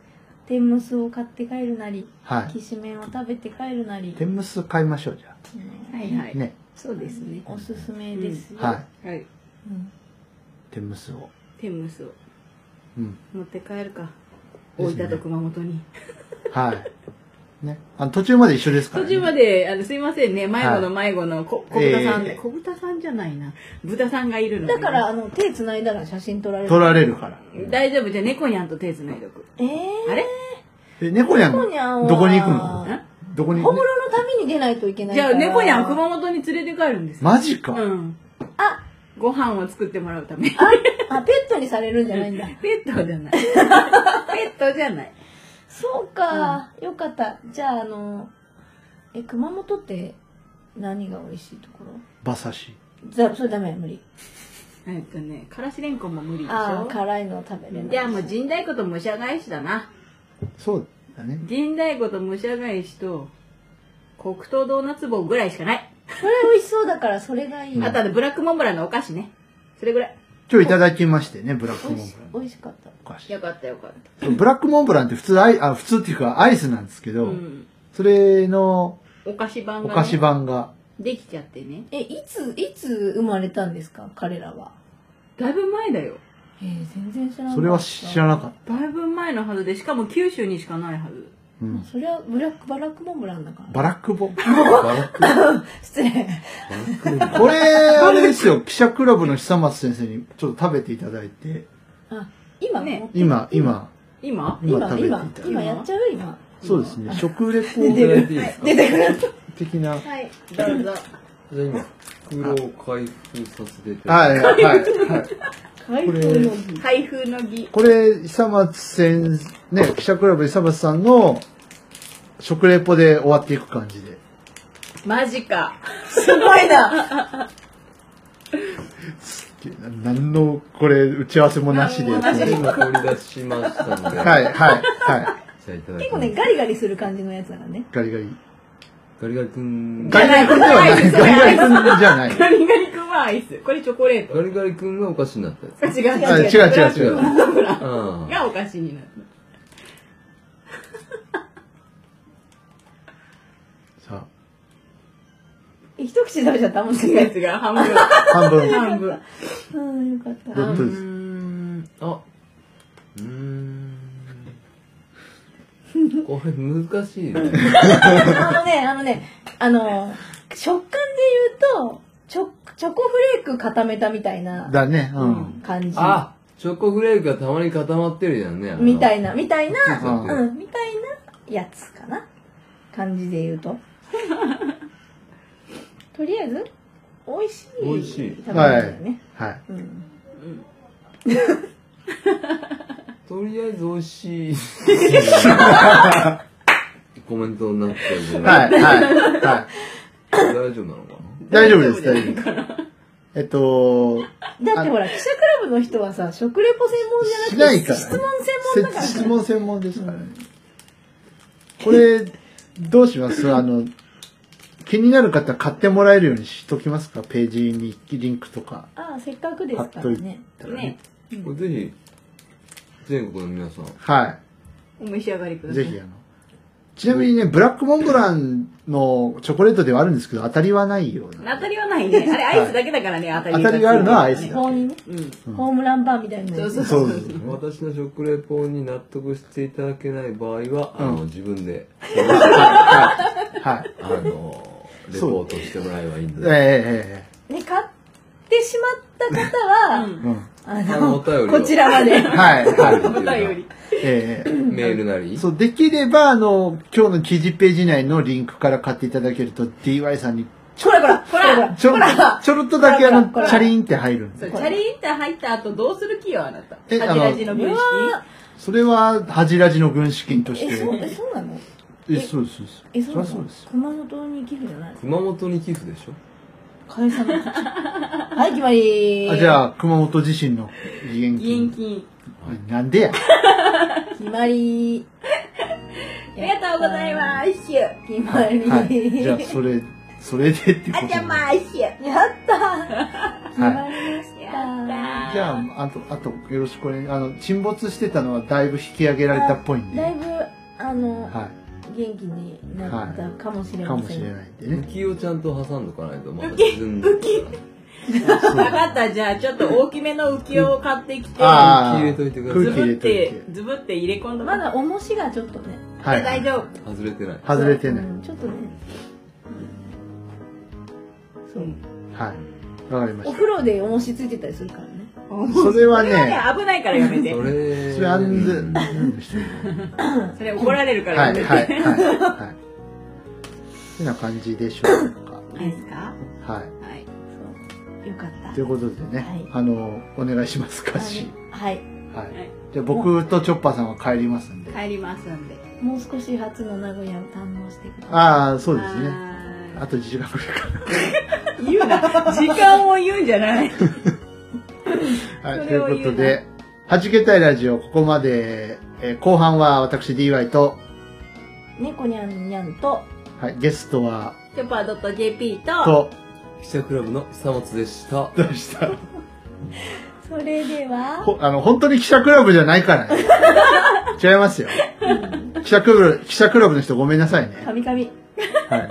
F: 天むすを買って帰るなり
A: はい。
F: きしめんを食べて帰るなり、
A: 天むす買いましょう、じゃ
G: はいは
A: あ。
G: い。
A: ね。
G: そうですね。
F: おすすめですよ、
A: はい。
G: はい。
F: うん
A: 天むすを。
G: 天むすを
A: うん。
G: 持って帰るか。大分と熊本に。
A: はい。ね。あの、途中まで一緒ですから、
G: 途
A: ね。
G: 中まで、あの、すいませんね。迷子の迷子のこ小豚さん、
A: ええ
G: 小豚さんじゃないな。豚さんがいるので
F: だからあの手繋いだら写真撮られる
A: 取られるから。
G: 大丈夫。じゃあ、猫にゃんと手繋いどく。
F: えー、
G: あれ
A: え、猫にゃん、
F: 猫にゃんは
A: どこに行くの
G: ん
A: どこに
F: 小
A: 行く
F: 室
A: の
F: のために出ないといけない
G: じゃ
F: か
G: あ、
F: ら
G: 猫にゃんを熊本に連れて帰るんですよ。
A: マジか、
G: うん。
F: あ
G: ご飯を作ってもらうため。
F: あペットにされるんじゃないんだ
G: ペットじゃない。ペットじゃない。
F: そうか、よかったじゃああのえ熊本って何が美味しいところ
A: 馬刺し。
F: ざそれダメ無理
G: えっとね、からしれんこんも無理でし
F: ああ
G: ょ。
F: 辛いの食べれない
G: じゃあもう陣太鼓と武者返しだな。
A: そうだね。
G: 陣太鼓と武者返しと黒糖ドーナツ棒ぐらいしかない。
F: それ美味しそうだからそれがいい、
G: あとはブラックモンブランのお菓子ね。それぐらい。
A: 今日いただきましてね、ブラック
F: 美味
A: モン
F: し
A: ブラン
F: 美
A: の
F: 味しかった
A: お菓子
G: よ。かったよかった。
A: そうブラックモンブランって普通アイ、あ、普通っていうかアイスなんですけど、
G: うん。
A: それの
G: お菓子版
A: お
G: が、ね、
A: 菓子版が、
G: できちゃってね。
F: えいついつ生まれたんですか彼らは
G: だいぶ前だよ。
F: えー、全然知らなかった
A: それは知らなかった。
G: だいぶ前のはずで、しかも九州にしかないはず。
A: うん。
F: それはブラックバラックモンブランだから
A: バラックボ。こ
H: バラク
F: 失礼
A: れ、あれですよ、記者クラブの久松先生にちょっと食べていただいて、
F: あ今
G: ね
F: 持って
A: 今、今、
G: 今
A: 今
F: 今
A: 食べていただ
F: 今
A: いて。
F: 今やっちゃう今
A: そうですね、食レポ
H: いただいていいですか
F: 出てくる
A: 的な。
G: はい、どうぞ。
H: じゃあ今、袋を開封させていただ
A: はいい、
H: て。
A: はい、はい。
F: 開
A: こ
F: 封
A: れ
F: の
G: 開封の儀。
A: これ、久松先生、ね、記者クラブ久松さんの食レポで終わっていく感じで。
G: マジか。
F: すごいな
A: 何の、これ、打ち合わせもなしで。はい、
H: 今取り出しましたので。
A: はい、は
H: じゃあいただき
F: 結
H: ま
F: 構
H: す
F: ねガリガリする感じのやつだからね
A: い。ガリガリ。
H: ガリガリ君。
A: ガリガリ君ではない。ガリガリ君じゃない。
G: ガリガリ君はアイス。これチョコレート。
H: ガリガリ君がおかしになったやつ。
G: 違う違う
A: あ違う違
G: 違う。
A: う違う。
H: ああ。
G: がおかしになった。
A: さ
F: え一口食べちゃったもん
G: や
F: ね。
G: つが半分。
A: あ、半分。
G: 半分。
F: うん、よかった。
A: どどう
G: う
A: です
G: ん。
H: あうーんこれ難しいね
F: あのね、あのね、あの、食感で言うと、チョ、チョコフレーク固めたみたいな
A: だね。う。
G: うんん
F: 感じ。
H: あチョコフレークがたまに固まってるじゃんね
F: みた
H: ない
F: な、みたいな、
A: な
F: う。ん、みたいなやつかな。感じで言う と。とりあえず、美味しい。
H: 美味しい
F: 食べ物だよね。
A: はい。
F: うん。
H: とりあえず美味しいコメントになってるけど
A: はい、はい、は
H: 大丈夫なのか
A: い。大丈夫です、大丈夫です。えっと、
F: だってほら、記者クラブの人はさ、食レポ専門じゃなくて、
A: しないからね
F: 質問専門だから
A: 質問専門ですからね。これ、どうしますあの、気になる方買ってもらえるようにしときますかページにリンクとか。
F: ああ、せっかくですからね。
G: ね。
H: なこれぜひ全国の皆さん
A: は
G: お召し上がりく
A: い。
G: ださ
A: ぜ
G: い。
A: ひ、あの。ちなみにね、ブラックモンブランのチョコレートではあるんですけど、当たりはないような。
G: 当たりはないね。あれアイスだけだからね、当たり
A: 当たりがあるのはアイスだ。
F: 法にね、
G: うん。
F: ホームランバーみたいな
G: そ
F: の
G: う
F: に
G: そう
A: そ
G: そうう。
A: ですね。
H: 私の食レポに納得していただけない場合は、あ
A: う
H: の自分で
A: はい。
H: あのレポートしてもらえばいいん
A: ええ
H: で
A: え
F: ね、買ってしまった方 は、
A: えええうん。
F: あ
H: あのお
F: の、
H: 便りを
F: こちらまで。
A: はい、はい。
G: お便り。
A: ええ
H: メールなり
A: そう、できれば、あの、今日の記事ページ内のリンクから買っていただけると、DY さんに、
F: こらこらこら
A: ちょ
F: こら
A: ちょろっとだけ、あ
F: ほら
A: の、
F: ほら
A: チャリンって入るん
G: そ
A: で。
G: うチャリーンって入った後どうする気よ、あなた。
A: え
G: ハジラジの分析。
F: うわ
A: それは、恥じらじの軍資金とし
F: え、そう、え、
A: て。
F: そうなの
A: え、そうです、そうです。
F: え、そうな
A: りゃそう
F: の
A: ですよ。
F: 熊本に寄付じゃない
H: 熊本に寄付でしょ
F: 返さない。はい、決まり
A: あ、じゃあ、熊本地震の義援
G: 議員
A: 金。
G: 金。
A: なんでや。
F: 決まり。
G: ありがとうございますす。シュ
F: 決まり、
A: はい。じゃあ、それ、それでってことで。
G: あちゃまーシュ
F: やった決ま
A: はい。
F: りました。
G: やっ
A: じゃあ、あと、あと、よろしくお願い、あの、沈没してたのは、だいぶ引き上げられたっぽいんで。
F: だ
A: はい
F: ぶ、あの、
A: い。
F: 元気になったかもしれ
A: か
F: ま
A: も
F: せ
A: し
F: ん。
A: れないんでね。
H: 浮きをちゃんと挟んどかないとまだ沈んでるから
A: そう
G: わかった、じゃあちょっと大きめの浮きを買ってきて、
A: あ
H: 浮き入れといてください
G: ズ
A: 空気入
G: ブ
A: れ
G: っ
A: といて
G: て、ズブって入れ込んだ
F: まだ重しがちょっとね。
A: はい。
G: 大丈夫。
H: 外れてない
A: 外れてない。
F: うんちょっとね。そう。
A: はい。わかりま
F: お
A: し
F: 風呂で重しついてたりするからね。
A: た。それは
G: それはね
A: ね、、
G: 危ないからやめて
H: そ。れ
A: それあんで、
H: うん
A: なんでしたっけ
G: それ怒られるから
A: は
G: や
A: い、
G: めて。
A: はい、はい。はい。てな感じでしょうか。
G: いですか
A: はい。
G: はい。
F: そう。よかった。
A: ということでね
F: はい、
A: あの、お願いします、歌詞。
F: はい。
A: はい。じゃあ僕とチョッパーさんは帰りますんで。
G: 帰りますんで。
F: もう少し初の名古屋を堪能してください。
A: ああ、そうですね。
G: は
A: あと1時間くらいか
G: ーい言うな。時間を言うんじゃ ない。
A: はい、とい
G: それを
A: う
G: 言う
A: ことで、はじけたいラジオ、ここまで、えー後半は私 DY と、
F: 猫にゃんにゃんと、
A: はい、ゲストは、
G: チョパー .jp と、
A: と、
H: 記者クラブの久松でした
A: どうした
F: それでは、
A: ほあの、本当に記者クラブじゃないからね。違いますよ。記者クラブ、記者クラブの人ごめんなさいね。
F: 神々、
A: はい。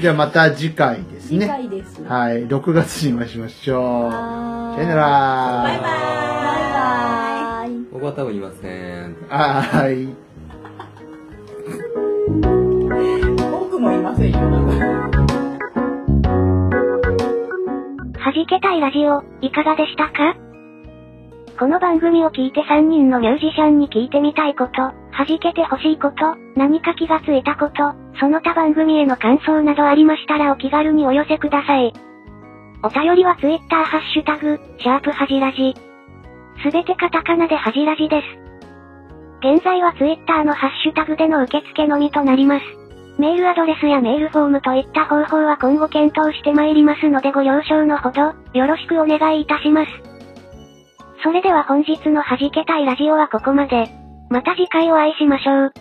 A: じゃあまた次回です
F: 次
A: ね。
F: 回です。
A: はい、6月にお会いしましょう。
F: は
A: さ
F: ーい
A: よなら。
G: バイバーイ。
F: バイバイ。
H: 僕は多分いません
A: はーい。
G: 僕もいませんよ。
I: はじけたいラジオ、いかがでしたかこの番組を聞いて3人のミュージシャンに聞いてみたいこと、はじけてほしいこと、何か気がついたこと、その他番組への感想などありましたらお気軽にお寄せください。お便りは Twitter ハッシュタグ、シャープはじらじ。すべてカタカナではじらじです。現在は Twitter のハッシュタグでの受付のみとなります。メールアドレスやメールフォームといった方法は今後検討してまいりますのでご了承のほど、よろしくお願いいたします。それでは本日の弾けたいラジオはここまで。また次回お会いしましょう。